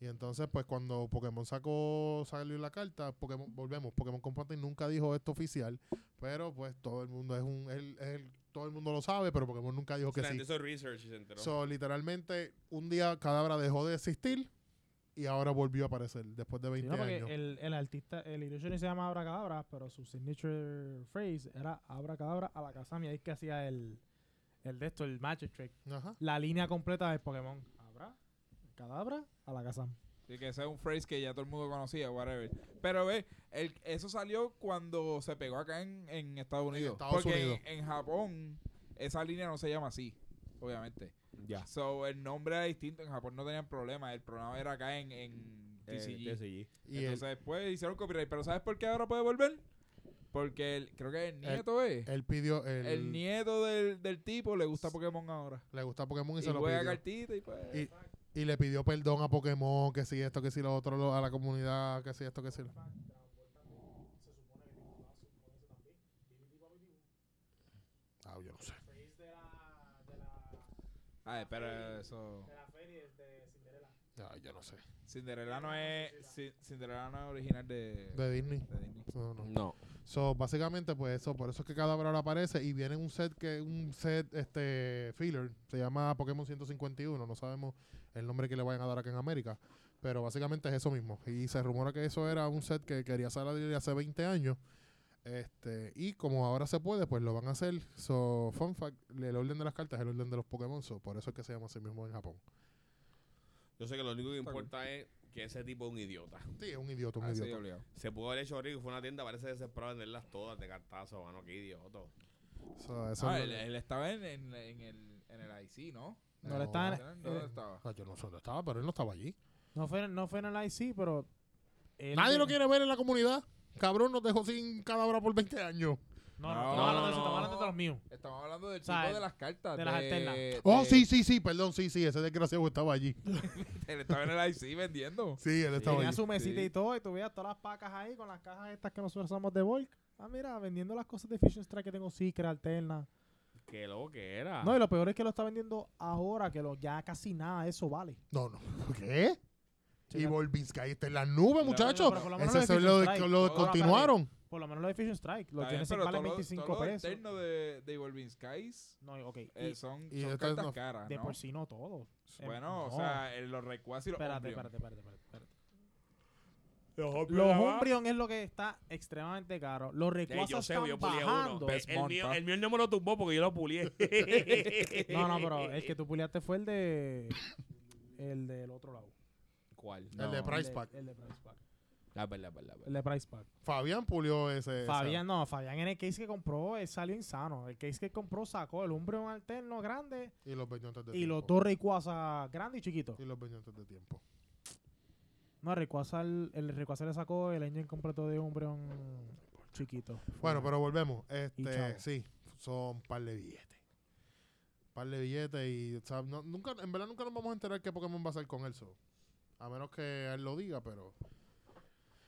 S4: Y entonces, pues cuando Pokémon sacó, salió la carta, Pokémon, volvemos, Pokémon Company nunca dijo esto oficial, pero pues todo el mundo es un, el- el- todo el mundo lo sabe, pero Pokémon nunca dijo
S3: O
S4: que
S3: sea, la
S4: sí.
S3: gente hizo research y se enteró.
S4: So, literalmente, un día Cadabra dejó de existir y ahora volvió a aparecer después de
S2: sí,
S4: 20
S2: no, porque
S4: años.
S2: el, el artista, el illusionist se llama Abracadabra, pero su signature phrase era Abracadabra a la casa Ahí es que hacía el, el de esto, el magic trick.
S4: Ajá.
S2: La línea completa del Pokémon. Abra, cadabra, a la casa.
S1: Y que ese es un phrase que ya todo el mundo conocía, whatever. Pero ve, el, eso salió cuando se pegó acá en, en Estados Unidos.
S4: Estados
S1: porque
S4: Unidos.
S1: En, en Japón, esa línea no se llama así, obviamente.
S3: Ya.
S1: So, el nombre era distinto. En Japón no tenían problema. El programa era acá en, en
S3: Eh,
S1: TCG.
S3: TCG.
S4: Y el-
S1: Entonces, después hicieron copyright. Pero ¿sabes por qué ahora puede volver? Porque el- creo que el nieto es.
S4: él pidió
S1: El,
S4: el,
S1: nieto del, del tipo le gusta Pokémon ahora.
S4: le gusta Pokémon y,
S1: Y,
S4: se lo
S1: juega
S4: pidió.
S1: cartita y pues...
S4: Y, y le pidió perdón a Pokémon, que si esto, que si lo otro, lo- a la comunidad, que si esto, que si lo. Ah, yo no sé.
S1: Ay, pero eso...
S4: Ah, yo no sé.
S1: Cinderella no es... Cin- Cinderella no es original de...
S4: De Disney.
S1: de Disney.
S4: No, no.
S3: No.
S4: So, básicamente, pues eso, por eso es que cada ahora aparece y viene un set que un set este filler, se llama Pokémon 151, no sabemos el nombre que le vayan a dar acá en América, pero básicamente es eso mismo. Y se rumora que eso era un set que quería salir hace 20 años. Este, y como ahora se puede, pues lo van a hacer. So, fun fact, el orden de las cartas es el orden de los Pokémon, so, por eso es que se llama así mismo en Japón.
S3: Yo sé que lo único que
S1: Está cool.
S3: importa es que ese tipo es un idiota.
S4: Sí, es un idiota, un
S1: Ah, sí,
S4: idiota.
S1: obligado.
S3: Se pudo haber hecho rico, fue a una tienda, parece desesperado a venderlas todas de cartazo, mano, qué idiota.
S4: So, eso
S1: Ah,
S4: es
S1: él,
S4: lo que-
S1: él estaba en, en- en el, en el IC, ¿no?
S2: No, él estaba en-
S1: ¿Dónde
S2: eh,
S1: estaba?
S4: Ah, yo no sé dónde estaba, pero él no estaba allí.
S2: No fue, no fue en el IC, pero. él-
S4: Nadie lo quiere ver en la comunidad. Cabrón, nos dejó sin cadabra por 20 años.
S2: No, no,
S1: No,
S2: no, no, no,
S3: no,
S2: estamos
S1: no.
S2: hablando de los míos.
S1: Estamos hablando del
S2: O sea,
S1: tipo de las cartas.
S2: de las alternas.
S4: Oh,
S1: de-
S4: sí, sí, sí, perdón, sí, sí, ese desgraciado estaba allí.
S1: Él estaba en el IC vendiendo.
S4: Sí, él estaba
S2: Tenía
S4: allí.
S2: su mesita
S1: Sí.
S2: y todo, y tú veías todas las pacas ahí con las cajas estas que nosotros somos de Volk. Ah, mira, vendiendo las cosas de Fishing Strike que tengo Secret, Alterna.
S3: Qué loco que
S4: Ah.
S3: era.
S2: No, y lo peor es que lo está vendiendo ahora, que lo, ya casi nada de eso vale.
S4: No, no. ¿Qué? Y
S2: Checa-
S4: Volvinsky está en las nubes,
S2: no,
S4: muchachos.
S2: pero por lo menos
S4: Ese
S2: lo
S4: se
S2: de
S4: lo,
S2: Fisher Strike,
S4: lo
S1: toda la
S4: continuaron.
S2: Por lo menos lo de Fishing Strike, los
S1: Está bien,
S2: Genesis
S1: pero
S2: valen
S1: todo lo-
S2: 25
S1: todo lo
S2: pesos.
S1: alterno de, de Evolving Skies
S2: No, y- ok. y
S1: eh, son,
S4: y
S1: son
S4: estas
S1: cartas
S4: no-
S1: caras,
S2: de
S1: ¿no?
S2: por sí no todo. Eh,
S1: Bueno,
S2: no.
S1: o sea, eh, los recuas y los
S2: Espérate,
S1: Umbreon.
S2: espérate, espérate, espérate, espérate. Los Umbreon es lo que está extremadamente caro. Los
S3: Ey,
S2: recuazos
S3: yo sé,
S2: están
S3: yo pulié
S2: bajando.
S3: uno. Ve,
S1: Best
S3: El
S1: Month,
S3: mío,
S1: pa.
S3: el mío él no me lo tumbó porque yo lo pulié.
S2: [laughs] No, no,
S1: [laughs]
S2: pero el que tú puliaste fue el de... El del otro lado.
S3: ¿Cuál?
S1: No.
S4: El de Price
S2: el,
S4: Pack.
S2: De, el de Price Pack.
S3: La verdad, la verdad.
S2: El de Price Pack.
S4: Fabián pulió ese. esa.
S2: Fabián, no, Fabián en el case que compró, él salió insano. El case que compró sacó el Umbreon alterno grande
S4: Y los vendió antes de
S2: y
S4: tiempo.
S2: los dos Rayquaza grandes y chiquitos.
S4: Y los vendió antes de tiempo.
S2: No, Rayquaza, el, el Rayquaza le sacó el engine completo de Umbreon chiquito.
S4: Bueno, pero volvemos. Este,
S2: chavo.
S4: sí, son un par de billetes. par de billetes y, o sea, no- nunca, en verdad nunca nos vamos a enterar qué Pokémon va a hacer con él. so. A menos que él lo diga, pero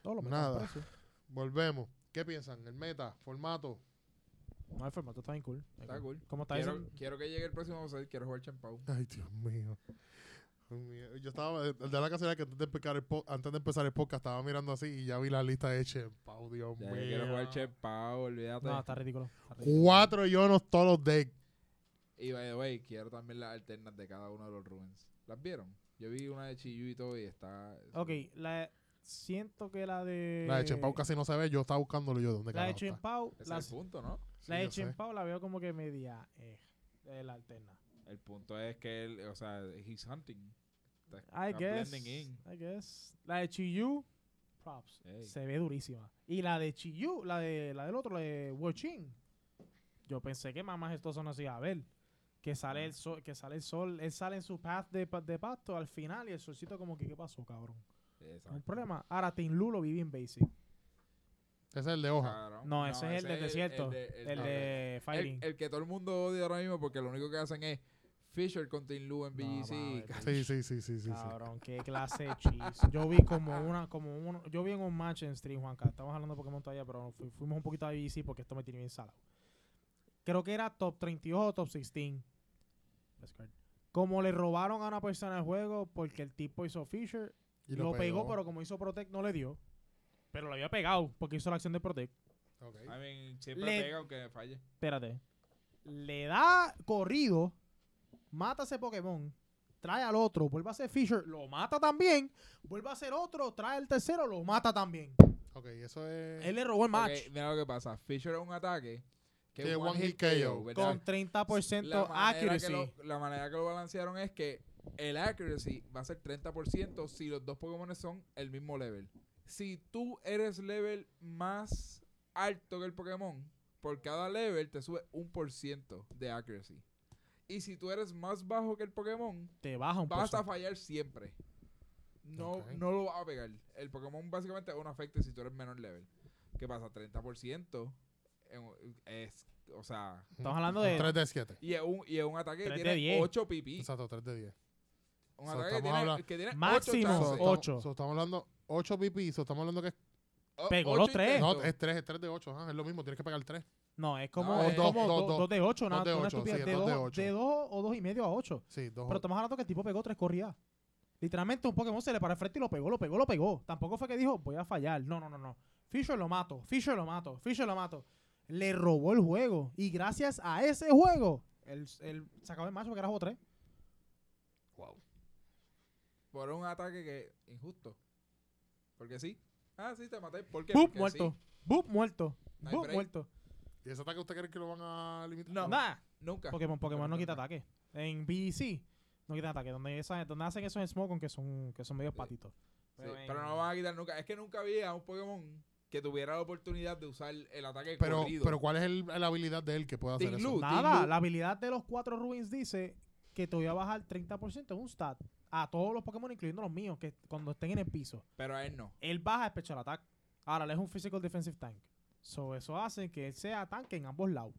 S2: Todo lo metan
S4: nada.
S2: preso.
S4: volvemos. ¿Qué piensan? ¿El meta? ¿Formato?
S2: No, el formato está bien cool.
S1: Está cool.
S2: ¿Cómo está
S1: Quiero,
S2: diciendo?
S1: quiero que llegue el próximo set, quiero jugar champau.
S4: Ay, Dios mío. Mío, Yo estaba, eh, de la casualidad que antes de, empezar el po- antes de empezar el podcast estaba mirando así y ya vi la lista de Chepau, Dios
S1: Ya, yo
S4: mío.
S1: quiero jugar Chef Pau, olvídate.
S2: No, está ridículo. está ridículo.
S4: Cuatro Jonos todos los decks.
S1: Y by the way, quiero también las alternas de cada uno de los Rubens. ¿Las vieron? Yo vi una de Chiyu y todo y está.
S2: Ok, la, siento que la de.
S4: La de Chepau casi no se ve, yo estaba buscándolo yo dónde
S2: Eh. La de
S4: carajo está.
S2: Chimpau.
S1: Ese
S2: La,
S1: es el punto, ¿no?
S4: Sí,
S2: la de
S4: yo sé.
S2: Chimpau la veo como que media. Eh, eh, la alterna.
S1: El punto es que él, o sea, he's hunting. Está,
S2: I
S1: está
S2: guess.
S1: blending in.
S2: I guess. La de Chiyu. Props.
S1: Ey.
S2: Se ve durísima. Y la de Chiyu, la, de, la del otro, la de Wochin. Yo pensé que mamás estos son así. A ver. Que sale, el
S1: Ah.
S2: sol, que sale el sol, él sale en su path de, pa- de pasto al final y el solcito como que, ¿qué pasó, cabrón? No hay
S1: Exacto.
S2: problema. Ahora, Team Lu lo vi bien basic.
S4: Ese es el de hoja.
S1: Cabrón.
S2: No, ese es el del desierto.
S1: de-
S2: El
S1: ah,
S2: de
S1: el-
S2: Fighting.
S1: el que todo el mundo odia ahora mismo porque lo único que hacen es Fisher contra Lu en E
S2: No,
S1: BGC.
S2: mames,
S4: Sí, sí, sí, sí, sí. sí.
S2: Cabrón, qué clase de cheese. Yo vi como una, como uno, yo vi en un match en stream, Juanca. Estamos hablando de Pokémon todavía, pero fu- fuimos un poquito a BBC porque esto me tiene bien salado. Creo que era top 32 o top 16. Let's go. Como le robaron a una persona el juego porque el tipo hizo Fisher,
S4: Y
S2: lo, pegó, pero como hizo Protect no le dio. Pero lo había pegado porque hizo la acción de Protect.
S4: Ok.
S1: I mean, siempre
S2: Le-
S1: pega aunque falle.
S2: Espérate. Le da corrido, mata a ese Pokémon, trae al otro, vuelve a hacer Fisher, lo mata también, vuelve a hacer otro, trae el tercero, lo mata también.
S4: Ok, eso es...
S2: Él le robó el match
S1: Ok, mira lo que pasa. Fisher es un ataque que
S4: Que
S1: es one hit
S4: KO,
S1: KO, ¿verdad?
S2: con 30%
S1: manera que
S2: accuracy.
S1: lo- la manera que lo balancearon es que el accuracy va a ser 30% si los dos Pokémon son el mismo level. Si tú eres level más alto que el Pokémon, por cada level te sube un por ciento de accuracy. Y si tú eres más bajo que el Pokémon,
S2: Te baja un
S1: vas a
S2: poco.
S1: fallar siempre. No,
S4: Ok.
S1: no lo va a pegar. El Pokémon básicamente es un afecte si tú eres menor level. ¿Qué pasa? 30% en- es, o sea,
S2: Estamos hablando de-
S4: 3 de 7.
S1: y es un, y es un ataque que
S2: Tres de
S1: tiene
S2: diez.
S1: 8 pipí.
S4: Exacto, 3 de 10.
S1: un
S4: so
S1: ataque que
S4: estamos
S1: tiene,
S4: hablando-
S1: que tiene ocho
S2: Máximo,
S1: chances.
S2: so- Ocho.
S4: Estamos, so estamos hablando 8 PP, so estamos hablando que es...
S1: O-
S2: pegó
S1: ocho
S2: los tres.
S1: intentos.
S4: No, es 3, es 3 de 8. es lo mismo, tienes que pegar 3.
S2: No, es como
S1: No,
S2: es
S1: es
S2: como
S4: dos-
S2: do-
S4: dos-
S2: dos de 8,
S4: dos de
S2: una
S4: ocho,
S2: estupidez
S4: sí,
S2: de
S4: dos de
S2: 2
S4: ocho.
S2: de dos o 2 y medio a 8.
S4: Sí, 2
S2: Pero estamos hablando que el tipo pegó tres corridas. Literalmente un Pokémon se le paró al frente y lo pegó, lo pegó, lo pegó. Tampoco fue que dijo, voy a fallar. No, no, no, no. Fisher lo mato, Fisher lo mato, Fisher lo mato. Le robó el juego. Y gracias a ese juego, él, él se acabó el macho porque era juego 3.
S1: Por un ataque que injusto. Porque sí. Ah, sí, te maté. ¿Por qué?
S2: ¡Bup!
S1: Porque
S2: Muerto.
S1: sí.
S2: ¡Bup! Muerto.
S1: No hay
S2: ¡Bup!
S1: break.
S2: Muerto.
S4: ¿Y ese ataque usted cree que lo van a limitar?
S1: No.
S2: Nah.
S1: Nunca.
S2: Pokémon, Pokémon no
S1: Pero
S2: quita
S1: no.
S2: ataque. En BC no quita ataque. Donde, esa- donde hacen esos Smogon que son, que son medios
S1: Sí.
S2: patitos.
S1: Sí, pero no van a quitar nunca. Es que nunca había un Pokémon que tuviera la oportunidad de usar el ataque
S4: Pero,
S1: corrido.
S4: pero ¿cuál es el- la habilidad de él que puede hacer
S1: Team
S4: eso?
S1: Lu.
S2: Nada,
S1: Lu-
S2: la habilidad de los cuatro Rubins dice que te voy a bajar 30% en un stat a todos los Pokémon, incluyendo los míos, que cuando estén en el piso.
S1: Pero a él no.
S2: Él baja Special Attack. Ahora, él es un Physical Defensive Tank. So, eso hace que él sea tanque en ambos lados.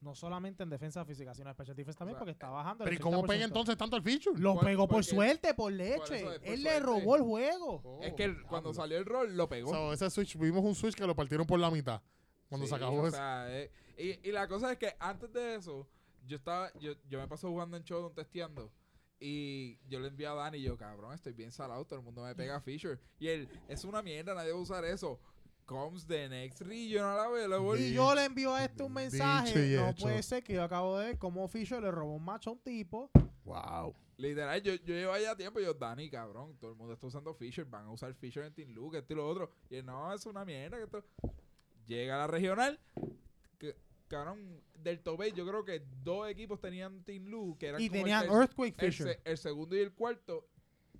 S2: No solamente en defensa física, sino en Special Defense también,
S1: sea, eh,
S2: porque está bajando
S4: Pero ¿y
S2: el
S4: cómo pega
S2: 30%.
S4: entonces tanto el feature?
S2: Lo
S1: Por-
S2: pegó por
S1: porque-
S2: suerte, por
S1: por
S2: leche.
S1: eso es por
S2: él le
S1: suerte.
S2: robó el juego.
S4: Oh,
S1: es que el- cuando
S4: diablo.
S1: salió el rol, lo pegó.
S4: So, ese switch, vimos un switch que lo partieron por la mitad. Cuando se
S1: Sí,
S4: acabó
S1: o
S4: ese.
S1: sea, eh, y, y la cosa es que antes de eso, yo estaba, yo, yo me paso jugando en Shodown testeando. Y yo le envío a Dani y yo, cabrón, estoy bien salado, todo el mundo me pega Fisher. Y él, es una mierda, nadie va a usar eso. Comes the next regional available.
S2: Y yo le envío a este un
S4: Dicho
S2: mensaje.
S4: y
S2: No
S4: hecho.
S2: puede ser que yo acabo de ver cómo Fisher le robó un macho a un tipo.
S4: Wow.
S1: Literal, yo, yo llevo allá tiempo y yo, Dani, cabrón, todo el mundo está usando Fisher, van a usar Fisher en Team Luke, esto y lo otro. Y él, no, es una mierda. Que esto... Llega a la regional, que, cabrón, del top eight, yo creo que dos equipos tenían Team Luke, que eran
S2: Y
S1: como el
S2: tenían
S1: tercer-
S2: Earthquake
S1: el,
S2: Fisher.
S1: se- el segundo y el cuarto,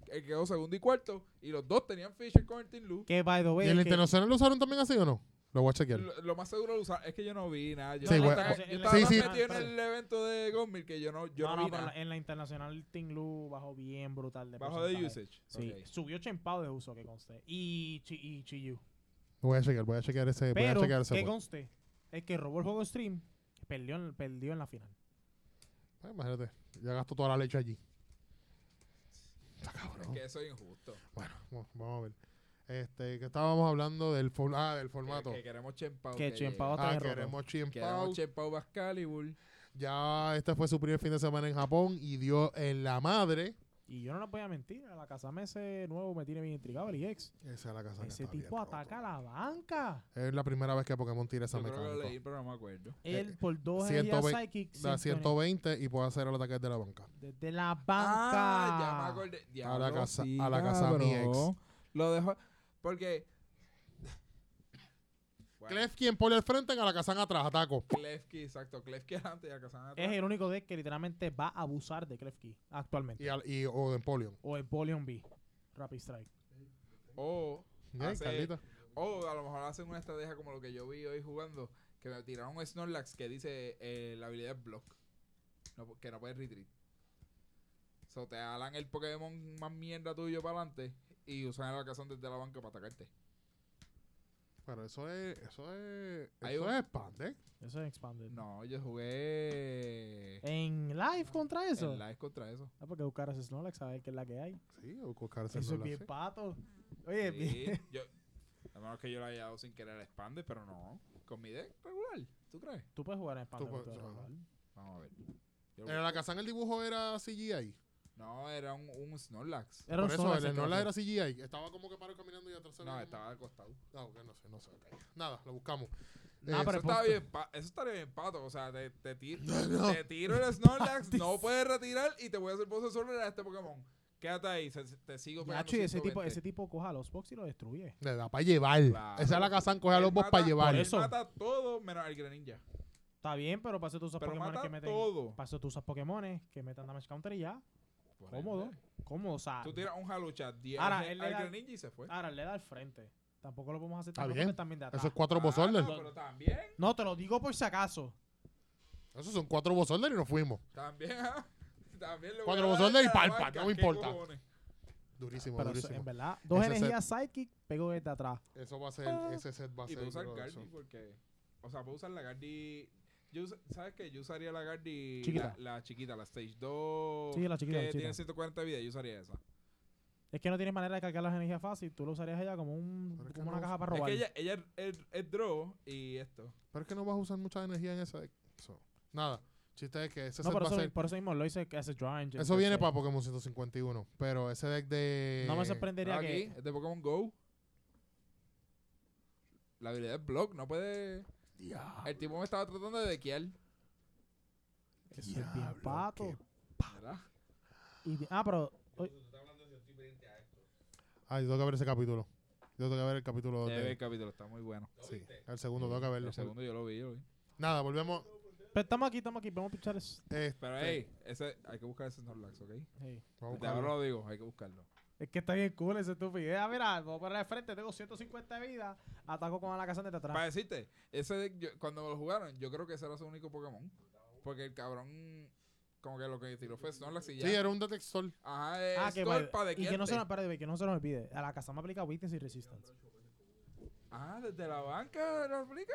S1: el quedó segundo y cuarto, y los dos tenían Fisher con el Team Lu.
S2: Que by the way.
S4: ¿Y
S2: es
S4: el
S2: Pues, que-
S4: internacional lo usaron también así o no? Lo voy a chequear.
S1: Lo, lo más seguro lo usar es que yo no vi nada. Yo,
S4: Sí,
S1: yo
S4: güey.
S1: estaba,
S2: Sí,
S1: yo estaba
S4: sí,
S1: tan
S4: sí.
S1: metido en el evento de Gomil que yo no, yo ah.
S2: no,
S1: no,
S2: no,
S1: vi
S2: pero
S1: nada.
S2: en la internacional Team Lu bajó bien brutal de
S1: Bajo de
S2: porcentaje.
S1: usage.
S2: Sí,
S1: Ok.
S2: subió Chempao de uso, que conste. Y, Chi- y Chiyu.
S4: Voy a chequear, voy a chequear ese. Voy a
S2: Pero,
S4: chequear ese.
S2: que
S4: juego.
S2: conste, el que robó el juego en stream perdió en, perdió en la final.
S4: Ah, imagínate, ya gasto toda la leche allí. Está
S1: Es
S4: cabrón.
S1: que eso es injusto.
S4: Bueno, vamos- vamos a ver. Este, que estábamos hablando del, for- ah, del
S1: Que-
S4: formato.
S1: Que, queremos Chempao.
S2: Que Chempao
S1: llegue.
S4: Ah,
S2: Está
S4: queremos
S1: Queremos
S4: Chimpau.
S1: Chempao Bascalibur.
S4: Ya este fue su primer fin de semana en Japón y dio en la madre.
S2: Y yo no les voy a mentir, a la Casame ese nuevo me tiene bien intrigado, el IX.
S4: Esa es la casa que
S2: Ese
S4: está
S2: tipo
S4: bien
S2: ataca
S4: roto.
S2: la banca.
S4: Es la primera vez que Pokémon tira esa
S1: Yo creo que lo leí,
S4: mecánica.
S1: pero no me acuerdo.
S2: Él por dos energías
S4: 120
S2: psychic
S4: Eh, Da
S2: symphony,
S4: 120 y puede hacer el ataque de la banca.
S2: desde la banca.
S1: Ah, ya me acordé. Diablo,
S4: la casa-
S1: sí,
S4: a la casa de mi
S1: cabrón. Lo dejó. Porque. Bueno,
S4: Clef quien pone al frente, Galakazan atrás, ataco.
S1: Klefki, exacto. Klefki adelante y Alakazam atrás.
S2: Es el único deck que literalmente va a abusar de Klefki actualmente.
S4: Y, al, y o en Polion.
S2: O el Polion B, Rapid Strike.
S1: O,
S4: ¿Ok,
S1: Hace-
S4: Carlita?
S1: o a lo mejor hacen una estrategia como lo que yo vi hoy jugando. Que me tiraron un Snorlax que dice eh, la habilidad es Block. no pu- que no puedes retreat. So te alan el Pokémon más mierda tuyo para adelante. Y usan el Alakazam desde la banca para atacarte.
S4: Pero eso es. Eso es.
S1: Eh, Hay
S4: Eso
S1: un-
S4: es expand, ¿eh?
S2: Eso es Expanded.
S1: No, yo jugué.
S2: En live contra eso.
S1: En live contra eso.
S2: Ah, porque buscar a ese Snorlax a ver qué es la que hay.
S4: Sí, o buscarse
S2: Eso es
S4: no lo
S2: bien
S4: hace.
S2: pato. Oye,
S1: Sí, yo, a menos que yo lo haya dado sin querer a Expander, pero no. Con mi deck regular, ¿tú crees?
S2: tú puedes jugar en Expanded.
S4: puedes-
S2: contra
S4: ajá.
S2: Rogal.
S1: Vamos a ver. Yo-
S4: Eh, En Alakazam el dibujo era CGI.
S1: no, era un, un Snorlax.
S2: Era un
S4: Por eso,
S2: Snorlax
S4: el
S2: el que
S4: Snorlax era
S2: hacía.
S4: CGI. Estaba como que paro caminando y atrás era
S1: No,
S4: como-
S1: estaba acostado.
S4: Ah, ok, no sé, no sé. ok. Nada, lo buscamos.
S2: Ah,
S4: Eh,
S2: pero
S1: Eso
S2: el
S1: estaba
S2: post-
S1: bien, pa- eso estaría bien pato. O sea, te, te,
S2: [laughs]
S1: ti-
S4: no.
S1: te tiro el Snorlax, no puedes retirar y te voy a hacer boss de Snorlax a este Pokémon. Quédate ahí, se- te sigo pegando.
S2: Yacho, y ese tipo,
S1: 120.
S2: ese tipo coja a los box y lo destruye.
S4: Le da para llevar.
S1: Claro.
S4: Esa es la casa, coge a los
S1: Él
S4: boss para
S1: mata-
S4: llevar.
S2: Por
S1: Él
S2: eso.
S1: mata todo menos al Greninja.
S2: Está bien, pero para eso tú usas
S1: Pero
S2: Pokémon
S1: mata
S2: que meten.
S1: todo.
S2: Para eso tú usas Pokémon que metan damage counter y ya.
S1: Por
S2: Cómodo.
S1: ende.
S2: Cómodo, o sea.
S1: Tú tiras un Halucha 10
S2: Ahora,
S1: al
S2: él le da-
S1: Greninja y se fue.
S2: Ahora le da al frente. Tampoco lo podemos hacer
S4: Está
S2: tampoco
S4: bien.
S2: porque también de atrás.
S4: Eso es cuatro boss
S1: Ah,
S4: order.
S1: no, pero también.
S2: No, te lo digo por si acaso.
S4: Esos son cuatro boss order y nos fuimos.
S1: También, [laughs] ah, también le
S4: Cuatro
S1: voy a
S4: botones
S1: dar
S4: y
S1: a la
S4: palpa,
S1: banca,
S4: no me
S1: ¿qué
S4: importa.
S1: cojones?
S4: Durísimo,
S2: Pero eso,
S4: durísimo.
S2: en verdad, dos
S4: Ese set-
S2: energías psychic pegó desde atrás.
S4: Eso va a ser,
S2: Ah.
S4: ese set va a
S1: Y
S4: ser.
S1: puedo usar
S4: duro de
S1: Gardi
S4: eso.
S1: porque. O sea, puedo usar la Gardi. Yo, us- ¿Sabes qué? Yo usaría la Gardi.
S2: Chiquita.
S1: La, la chiquita, la Stage 2.
S2: Sí, la chiquita,
S1: Que
S2: la chiquita.
S1: tiene 140 vidas, yo usaría esa.
S2: Es que no tienes manera de cargar las energías fácil. Tú lo usarías a ella como, un,
S4: Pero es que
S2: como una
S4: no-
S2: caja para robar.
S1: Es que ella, ella es, es- es draw y esto.
S4: Pero es que no vas a usar mucha energía en esa deck. So, nada. Chiste es que ese
S2: no,
S4: set
S2: por
S4: va a
S2: eso,
S4: ser.
S2: por eso mismo lo hice que hace Draw Engine.
S4: Eso viene para
S2: porque
S4: Pokémon 151. Pero ese deck de.
S2: No me sorprendería
S1: Ah,
S2: que.
S1: aquí, es de Pokémon Go. La habilidad es Block, no puede. El tipo me estaba tratando de dequear.
S2: Eso es bien pato.
S1: ¿Verdad?
S2: Y de- ah, pero. oye,
S4: Ay, yo tengo que ver ese capítulo. Yo tengo que ver el capítulo
S1: Debe
S4: de.
S1: el capítulo, está muy bueno.
S4: Sí, el segundo, tengo que verlo.
S1: El segundo yo lo vi, yo lo vi.
S4: Nada, volvemos.
S2: pero estamos aquí, estamos aquí. Vamos a pichar eso.
S4: eh,
S1: Pero
S4: Sí.
S1: hey, ese, hay que buscar ese Snorlax, ¿ok?
S2: Hey.
S4: vamos
S1: Te
S4: a
S1: ahora
S4: buscarlo.
S1: lo digo, hay que buscarlo.
S2: Es que está bien cool ese estupidez. Ah, mira, voy a poner al frente. Tengo 150 de vida. Ataco con la casa de
S1: Para
S2: atrás.
S1: decirte, ese deck yo- cuando me lo jugaron, yo creo que ese era su único Pokémon. Porque el cabrón, como que lo que tiró fue Snorlax y ya.
S4: Sí, eh. era un detector.
S1: Ajá, es
S2: Ah, que
S1: Snorlax
S2: vale.
S1: pa' de
S2: Y que no, se
S1: quiente.
S2: nos, espérate, que no se nos olvide. A la casa me aplica weakness y resistance.
S1: Ah, desde la banca lo aplica.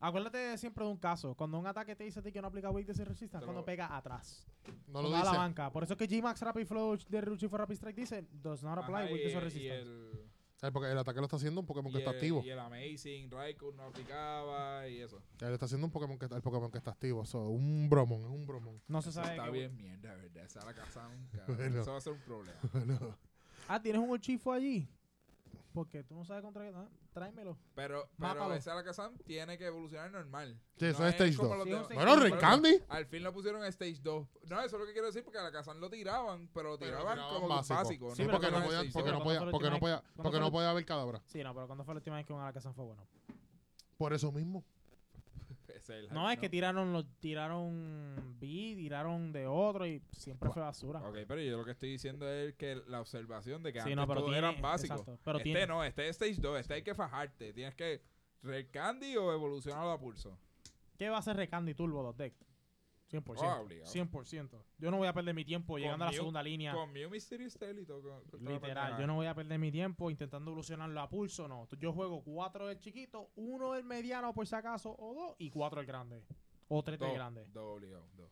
S2: Acuérdate siempre de un caso. Cuando un ataque te dice a ti que no aplica weakness y resistance,
S1: Te
S2: cuando
S1: lo-
S2: pega atrás.
S4: No lo
S2: Cuando va a la
S4: dice.
S2: banca. Por eso es que G-Max Rapid Flow de Ruchi for Rapid Strike dice: Does not apply
S1: Ajá, y,
S2: weakness or
S1: el- y
S2: resistance.
S1: el,
S4: Ay, porque el ataque lo está haciendo un Pokémon
S1: y
S4: que está
S1: el-
S4: activo.
S1: y el Amazing, Raikou no aplicaba y eso.
S4: Él está haciendo un Pokémon que está, el Pokémon que está activo. So, un Bromon, es un Bromon.
S2: No se
S1: Eso
S2: sabe.
S1: está
S2: qué-
S1: bien mierda, ¿verdad? Esa la casa
S4: [laughs]
S1: nunca. cabrón.
S4: Bueno.
S1: Eso va a ser un problema.
S2: Ah, tienes un Orchifo allí. Porque tú no sabes contra qué. ah, tráemelo.
S1: Pero, pero
S2: Mátalo.
S1: esa Alakazam tiene que evolucionar normal.
S4: Sí, eso es Stage
S1: como
S4: 2.
S1: los
S2: Sí,
S1: de-
S2: un Stage
S4: Bueno,
S2: Pero-
S4: Ricandy.
S1: Al fin lo pusieron a Stage 2. No, eso es lo que quiero decir, porque a la Kazan lo tiraban, pero lo
S4: Pero
S1: tiraban,
S4: tiraban
S1: como
S4: básico.
S1: básico.
S2: Sí,
S4: Sí,
S2: pero cuando
S4: porque no
S1: tiraban
S2: fue-
S4: podía,
S1: Stage
S4: porque
S2: pero
S4: no
S1: dos.
S2: cuando
S4: podía,
S2: fue la
S4: porque
S2: última
S4: no
S2: vez-
S4: podía,
S2: cuando
S4: porque
S2: fue
S4: no
S2: la-
S4: podía haber cadabra.
S2: Sí, no, pero cuando fue la última vez que un Alakazam fue bueno?
S4: Por eso mismo.
S1: Ese el
S2: No,
S1: hype,
S2: es que tiraron los tiraron B, tiraron de otro y siempre fue basura.
S1: Ok, pero yo lo que estoy diciendo es que la observación de que
S2: Sí,
S1: antes
S2: no, pero
S1: todos
S2: tiene-
S1: eran básicos.
S2: exacto, pero
S1: este
S2: tiene-
S1: no, este es Stage 2. Este hay que fajarte. Tienes que... ¿Red Candy o evolucionarlo a pulso?
S2: ¿Qué va a hacer Recandi Turbo los deck? 100%.
S1: Ah, obligado.
S2: 100%. Yo no voy a perder mi tiempo llegando a la
S1: Mew-
S2: segunda línea.
S1: Con Mew Mysterious Tail y todo. con- con toda la
S2: Literal,
S1: pendejada.
S2: yo no voy a perder mi tiempo intentando evolucionarlo a pulso, no. Yo juego cuatro del chiquito, uno del mediano por si acaso, o dos, y cuatro del grande. O tres del
S1: Dos,
S2: grande.
S1: Dos obligado, dos.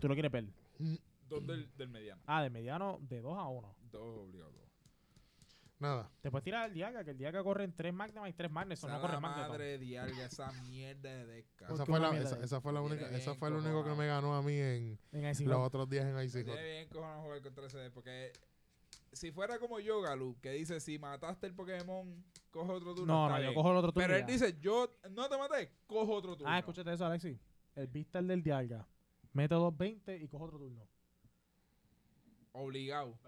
S2: ¿Tú lo quieres ver?
S1: Dos del, del mediano.
S2: Ah, del mediano de dos a uno.
S1: Dos obligado, dos.
S4: Nada.
S2: Te puedes tirar al Diaga, que el Diaga corre en tres Magneton y tres Magneton. No
S1: Esa
S2: corre
S1: la
S2: Magneton.
S1: madre diarga, esa mierda de Deca.
S4: Esa
S2: Porque
S4: fue,
S2: una
S4: la,
S2: mierda
S4: esa,
S2: de-
S4: esa fue la
S1: Viene
S4: única, esa
S1: bien
S4: fue lo único que
S1: cojonado.
S4: me ganó a mí en
S2: En IC
S4: los
S2: Hot.
S4: otros días en
S1: Me
S4: IC Hot.
S1: tiene bien cojonado jugar contra ese porque si fuera como yo, Galu, que dice si mataste el Pokémon, coge otro turno.
S2: No,
S1: está
S2: no, yo
S1: bien.
S2: cojo el otro turno.
S1: Pero él
S2: ya.
S1: dice, yo no te maté, cojo otro turno.
S2: Ah, escúchate eso, Alexi. El Vistar del Dialga. Mete 220 y cojo otro turno.
S1: Obligado.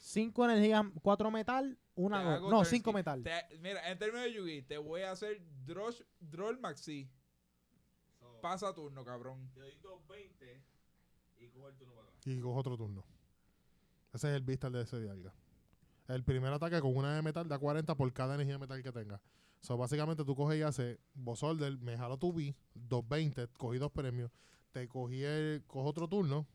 S2: 5 energías, 4 metal, una
S1: Te
S2: go-
S1: hago
S2: No,
S1: turn
S2: 5
S1: skip.
S2: metal.
S1: Te- mira, en términos de Yugi, te voy a hacer Drosh, Droll Maxi. Pasa turno, cabrón.
S3: Te doy 220 y cojo el turno para atrás.
S4: Y cojo otro turno. Ese es el Vistal de ese Dialga. El primer ataque con una de metal da 40 por cada energía de metal que tenga. So, básicamente tú coges y haces Boss Order, me jalo tu B, 220, cogí dos premios, te cogí el, cojo otro turno,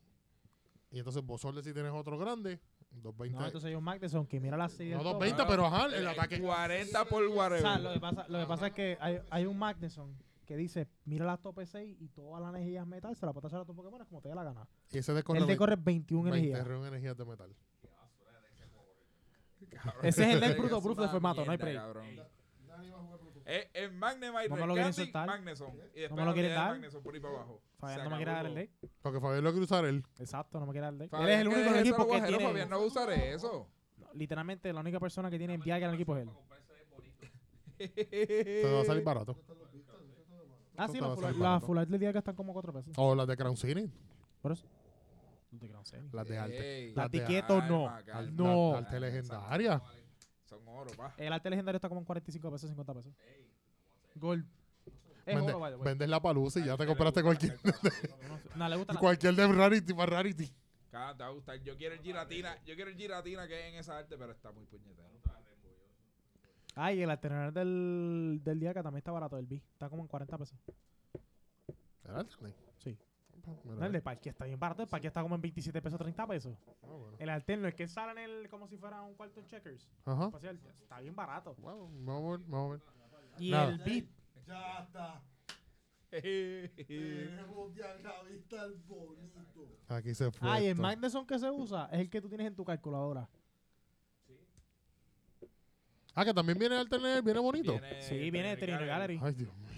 S4: y entonces Boss Order si tienes otro grande, 220.
S2: No,
S4: No,
S2: entonces hay un Magneton que mira la siguiente.
S4: 220, pero ajá, el
S1: Eh,
S4: ataque.
S1: 40 por
S2: O sea, lo
S1: whatever.
S2: que pasa, lo que pasa es que hay, hay un Magneton que dice, mira las tope 6 y todas las energías metal se las puedes hacer a tus Pokémon como te dé la gana.
S4: Y ese de
S2: Él te corre 21 energías.
S4: energías de metal.
S1: Cabrón.
S2: Ese es el del
S1: Es
S2: Bruto
S1: una
S2: Proof de formato, no hay
S1: mierda,
S2: break.
S1: cabrón.
S5: Dani va a jugar Bluetooth.
S1: Es es Magnemite,
S2: No me lo quieren
S1: Red Candy,
S2: soltar.
S1: Magneson. Y después
S2: me lo
S1: la
S2: quieren
S1: unidad de
S2: dar.
S1: Magneson por ahí para abajo.
S2: Fabián
S1: Se
S2: no me quiere
S1: acabó
S2: dar el
S1: todo.
S2: deck.
S4: Porque Fabián lo quiere usar él.
S2: Exacto, no me quiere dar el deck. Él
S1: Fabián,
S2: es el
S1: ¿qué
S2: único en el
S1: eso,
S2: equipo que
S1: aguajero?
S2: tiene...
S1: Fabián no va a usar eso.
S2: No, literalmente la única persona que tiene Viagra en el equipo es él.
S4: Te va a salir barato.
S2: Ah,
S4: Eso
S2: sí,
S4: te va a
S2: las
S4: salir
S2: full-
S4: barato.
S2: las full art del día que están como 4 pesos.
S4: O las de Crown City,
S2: Por eso. No te creo, en serio.
S1: Eh,
S4: las de arte.
S1: Ey,
S2: La
S4: Las de
S2: etiqueta o no.
S1: alma, calma.
S4: Al-
S2: No.
S4: la- Arte legendaria.
S1: Son oro, pa.
S2: El arte legendario está como en 45 pesos, 50 pesos. Gold. Es
S4: Vende-
S2: oro, vaya, güey.
S4: vendes la palusa y ya te compraste cualquier,
S2: No, no, No, le gusta la-
S4: [laughs] cualquier de Rarity para Rarity.
S1: Cada te va a gustar. Yo quiero el giratina. Yo quiero el giratina que es en esa arte, pero está muy puñetero.
S2: Ay, el arte legendario del, del día que también está barato, el B. Está como en 40 pesos.
S4: ¿Era el Tecnic?
S2: Sí.
S4: Mira,
S2: No, el de Parque está bien barato. El Parque está como en 27 pesos, 30 pesos.
S4: ah, bueno.
S2: El alterno, el que sale en el, como si fuera un cuarto en checkers.
S4: Ajá.
S2: espacial, Está bien barato.
S4: Bueno, vamos a ver, vamos a ver.
S2: Y
S4: Nada.
S2: el beat.
S5: Ya está.
S1: Ey,
S5: Tenemos ya la vista al bonito.
S4: Aquí se fue.
S2: Ay, el
S4: esto.
S2: Magneson que se usa es el que tú tienes en tu calculadora.
S4: Ah, que también viene el tener, viene bonito.
S2: sí, viene de Trino Gallery.
S4: Ay, Dios mío.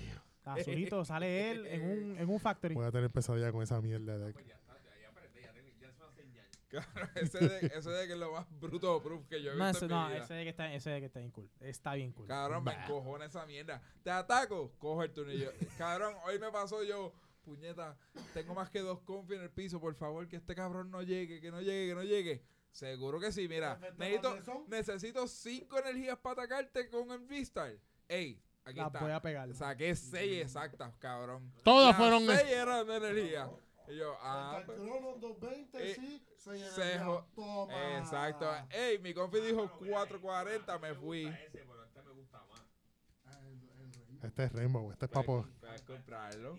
S2: Azulito, sale él en un, en un factory.
S4: Voy a tener pesadilla con esa mierda de aquí.
S1: [laughs] Claro, ese de, ese de que es lo más bruto proof que yo he visto.
S2: No, ese,
S1: en mi
S2: no,
S1: vida.
S2: ese de que está, ese de que está bien cool. Está bien cool.
S1: Cabrón, me
S4: Bah.
S1: encojona esa mierda. Te ataco, cojo el turno. y yo, Cabrón, hoy me pasó yo, puñeta, tengo más que dos confis en el piso, por favor, que este cabrón no llegue, que no llegue, que no llegue. Seguro que sí, mira,
S5: Perfecto,
S1: necesito,
S5: Anderson.
S1: necesito cinco energías para atacarte con el V-Star. Ey, aquí
S2: Las
S1: está.
S2: voy a pegar.
S1: Saqué seis exactas, cabrón.
S4: Todas
S1: Las
S4: fueron
S1: seis eran de energía. Y yo, ah,
S5: Hasta
S1: pues,
S5: el Cronos 220,
S1: Eh,
S5: sí. Se
S1: se
S5: llenaría.
S1: jo-
S5: Toma.
S1: Exacto. Ey, mi confi dijo 4.40, me fui.
S3: este
S5: Ah, el- el rey.
S4: Este es Rainbow, este es papo.
S1: Fui a comprarlo.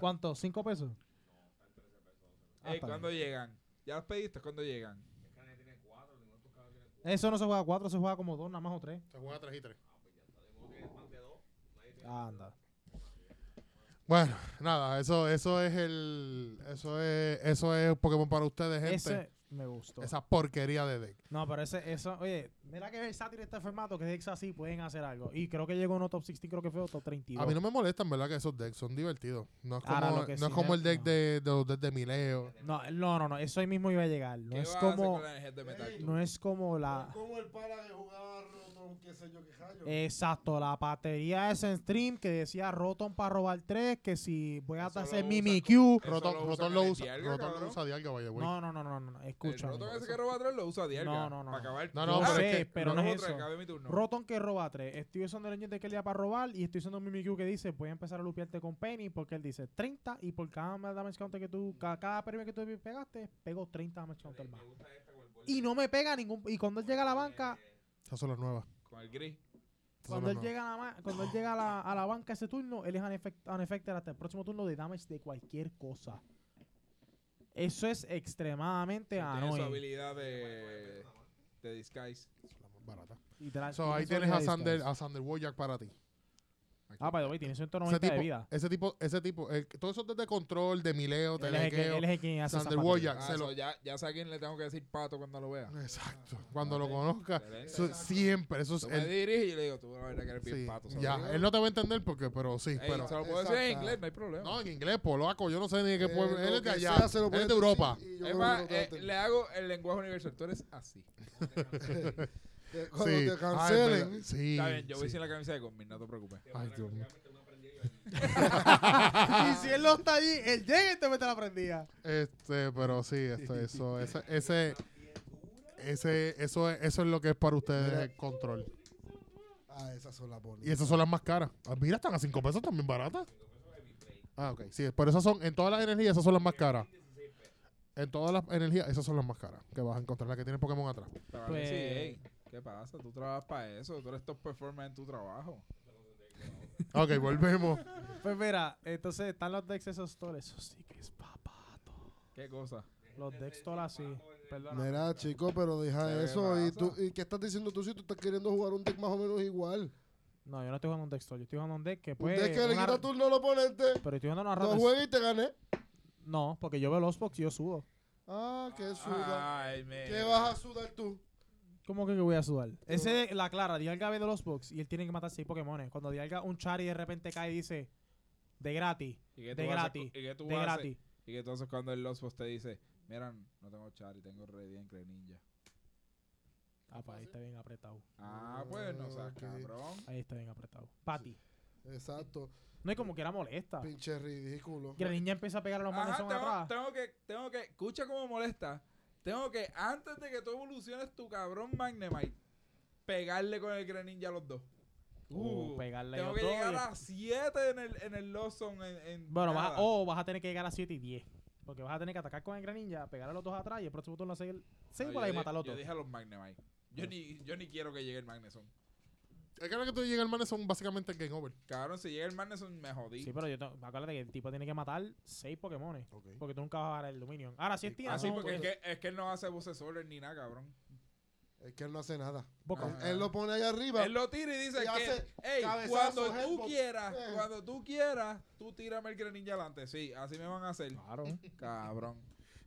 S2: ¿Cuánto? ¿Cinco pesos?
S1: Eh,
S2: Ah,
S1: Ey,
S2: está
S1: Eh, ¿cuándo
S2: bien.
S1: llegan? ¿Ya los pediste? ¿Cuándo llegan?
S2: Eso no se juega a cuatro, se juega como dos, nada más o tres.
S4: Se juega 3 y 3.
S2: Anda.
S4: Bueno, nada, eso, eso es el. Eso es, eso es Pokémon para ustedes, gente.
S2: Ese me gustó.
S4: Esa porquería de deck.
S2: No, pero ese, eso, oye, mira que versátil este formato, que decks así pueden hacer algo. Y creo que llegó uno top 16, creo que fue o top 32.
S4: A mí no me molestan, ¿verdad? Que esos decks son divertidos. No es como,
S2: Ahora, lo que
S4: no es
S2: sí
S4: como
S2: me-
S4: el deck
S2: no.
S4: de, de los decks de Mileo.
S2: no, no, no, no, eso ahí mismo iba a llegar. No
S1: ¿Qué
S2: es
S1: vas a hacer
S2: como,
S1: con la energía de metal?
S4: Eh,
S1: tú?
S2: no es como la,
S5: Como el para que jugaba Rotón, qué sé yo, qué rayo.
S2: exacto, la batería es en stream que decía Rotom para robar tres, que si voy a
S1: Eso lo
S2: hacer
S1: usan
S2: Mimikyu.
S1: Eso
S4: Rotom,
S1: lo
S4: Rotom
S1: usan
S4: lo
S1: en el
S4: usa.
S1: Dialga,
S4: Rotom lo
S1: cabrón.
S4: usa Dialga, by the way.
S2: No, no, no, no, no, no,
S1: El
S2: escúchame.
S1: roto ese que roba atrás lo usa Dialga.
S2: No, no, no.
S1: Para acabar.
S4: No, no,
S1: Ah,
S4: pero
S1: sí,
S4: es que-
S2: pero no
S1: robo
S2: es
S1: tres,
S2: eso.
S1: acabe mi turno.
S2: Rotom que roba 3. Estoy usando el de que le da para robar y estoy usando un Mimikyu que dice, voy a empezar a lupearte con Penny porque él dice 30 y por cada damage counter que tú, cada, cada premio que tú pegaste, pego 30 damage counter más. Y no me pega ningún... Y cuando él llega a la banca,
S1: Eh,
S4: Esas son las nuevas.
S1: Con el gris. eh,
S4: Esas son
S2: cuando él
S4: las nuevas.
S2: llega a la, ma- cuando él llega a la, a la banca ese turno, él es unaffect- unaffected hasta el próximo turno de damage de cualquier cosa. Eso es extremadamente
S1: Tiene su
S2: annoying.
S1: habilidad de. de disguise.
S4: Son las más baratas.
S2: Literal,
S4: So,
S2: tiene
S4: ahí
S2: su
S4: tienes a
S2: habilidad de
S4: Sander,
S2: disguise.
S4: a Sander Wojak para ti.
S2: Ah, by the way, tiene
S4: Ese
S2: 190
S4: tipo,
S2: de vida.
S4: ese tipo, ese tipo, eh, todo eso desde control, de mileo,
S2: Él es, el que,
S4: telequeo.
S2: él es el quien hace
S4: Sander
S2: zapatillas.
S4: Wojak.
S1: Ah,
S4: se lo-
S1: so ya, ya sé a quién le tengo que decir pato cuando lo vea.
S4: Exacto. Cuando lo
S1: Ah, Ok.
S4: conozca,
S1: Excelente.
S4: eso- siempre, eso es
S1: Tú
S4: el-
S1: me diriges y yo le digo, tú la verdad que eres bien
S4: sí,
S1: pato. se lo
S4: ya,
S1: digo.
S4: él no te va a entender porque, pero sí,
S1: Ey,
S4: pero
S1: se lo puedo decir en
S5: Exacto.
S1: inglés, no hay problema.
S4: no, en inglés, polaco, yo no sé ni de qué pueblo,
S5: Eh,
S4: él
S5: lo
S4: es de
S5: que
S4: allá,
S5: sea, se lo
S4: él
S5: puedes
S4: es de Europa.
S5: decir y yo
S1: es
S5: no
S1: más,
S5: lo
S1: eh,
S5: trato.
S1: le hago el lenguaje universal. Tú eres así.
S5: Que
S4: Sí.
S5: Cuando te
S4: Ah, es verdad.
S5: cancelen.
S4: sí.
S1: Está bien, yo voy
S4: sí.
S1: sin la camisa de Conmir, no te preocupes.
S4: Ay, Dios mío.
S2: y si él no está allí, él llega y te mete la prendida.
S4: Este, pero sí, esto, eso, ese, ese, ese, eso, es- eso es lo que es para ustedes
S5: Mira.
S4: el control.
S5: Ah, esas son las bonitas.
S4: Y esas son las más caras. Ah, mira, están a 5 pesos también baratas. Ah, ok. Sí, pero esas son, en todas las energías, esas son las más caras. En todas las energías, esas son las más caras que vas a encontrar, las que tienen Pokémon atrás.
S1: Pero
S2: Pues-
S1: Alexis, ey, ¿qué pasa? Tú trabajas para eso. Tú eres top performer en tu trabajo.
S4: Ah, Ok, volvemos.
S2: Pues mira, entonces están los decks esos toles. Eso sí que es papato.
S1: ¿Qué cosa?
S2: Los decks toles así. Perdona.
S5: Mira, chico, pero
S1: Pero
S5: deja
S1: ¿qué
S5: eso. ¿Y,
S1: pasa?
S5: tú, ¿Y qué estás diciendo tú si tú estás queriendo jugar un deck más o menos igual?
S2: No, yo no estoy jugando un deck stall. Yo estoy jugando un deck que puede.
S5: un deck que le
S2: Pues, una-
S5: quita turno al oponente,
S2: Pero estoy jugando una
S5: lo
S2: rata.
S5: juega y te gané.
S2: No, porque yo veo los box y yo sudo.
S5: Ah, qué suda.
S1: Ay,
S2: eh.
S1: mira.
S5: ¿Qué vas a sudar tú?
S2: ¿Cómo que, que voy a sudar? Ese es la clara. Dialga ve de los box y él tiene que matar seis Pokémones. Cuando Dialga un Chari de repente cae y dice. De gratis,
S1: ¿Y qué
S2: de
S1: tú haces
S2: gratis,
S1: cu- ¿Y qué tú
S2: de
S1: haces?
S2: gratis.
S1: ¿Y qué tú haces cuando el Lost Boss te dice, mira, no tengo Chari, tengo Ready en Greninja?
S2: Ah, pa, ahí está bien apretado.
S1: Ah, pues no seas
S5: Ok.
S1: cabrón.
S2: Ahí está bien apretado. Pati.
S5: Exacto.
S2: No es como que era molesta.
S5: Pinche ridículo.
S2: Que la niña empieza a pegar a los
S1: Ajá,
S2: manes son
S1: tengo,
S2: atrás.
S1: tengo que, tengo que, escucha cómo molesta. Tengo que, antes de que tú evoluciones tu cabrón Magnemite, pegarle con el Greninja a los dos.
S2: Uh,
S1: Uh,
S2: pegarle
S1: tengo
S2: yo
S1: que
S2: todo,
S1: llegar
S2: yo-
S1: a 7 en el, en el Lost Zone. En, en
S2: Bueno, vas a-
S1: nada.
S2: o vas a tener que llegar a 7 y 10. Porque vas a tener que atacar con el Greninja, pegar a los dos atrás y el próximo turno hacer el 6
S1: No,
S2: por
S1: yo
S2: ahí
S1: di-
S2: matar al
S1: Yo
S2: otro.
S1: dije a los Magnemite. Yo ni, yo ni quiero que llegue el Magneson.
S4: Es que ahora que tú llegas al man son básicamente el game over.
S1: Cabrón, si llega el Magneson, me jodí.
S2: Sí, pero yo tengo- acuérdate que el tipo tiene que matar 6 Pokémones.
S4: Ok.
S2: Porque tú nunca vas a bajar el Dominion. Ahora, si es Tina, pues,
S1: Ah, sí,
S2: son-
S1: porque es
S2: es-
S1: que, es que él no hace voces solar ni nada, cabrón.
S5: Es que él no hace nada.
S2: Boca.
S1: Ah.
S4: Ah.
S5: Él, él lo pone ahí arriba.
S1: Él lo tira y dice
S5: Y hace
S1: que, "Ey, cuando
S5: cabezazo,
S1: tú
S5: headbutt".
S1: quieras,
S5: Eh.
S1: cuando tú quieras, tú tírame el Greninja adelante. Sí, así me van a hacer.
S2: Claro.
S1: [laughs] Cabrón.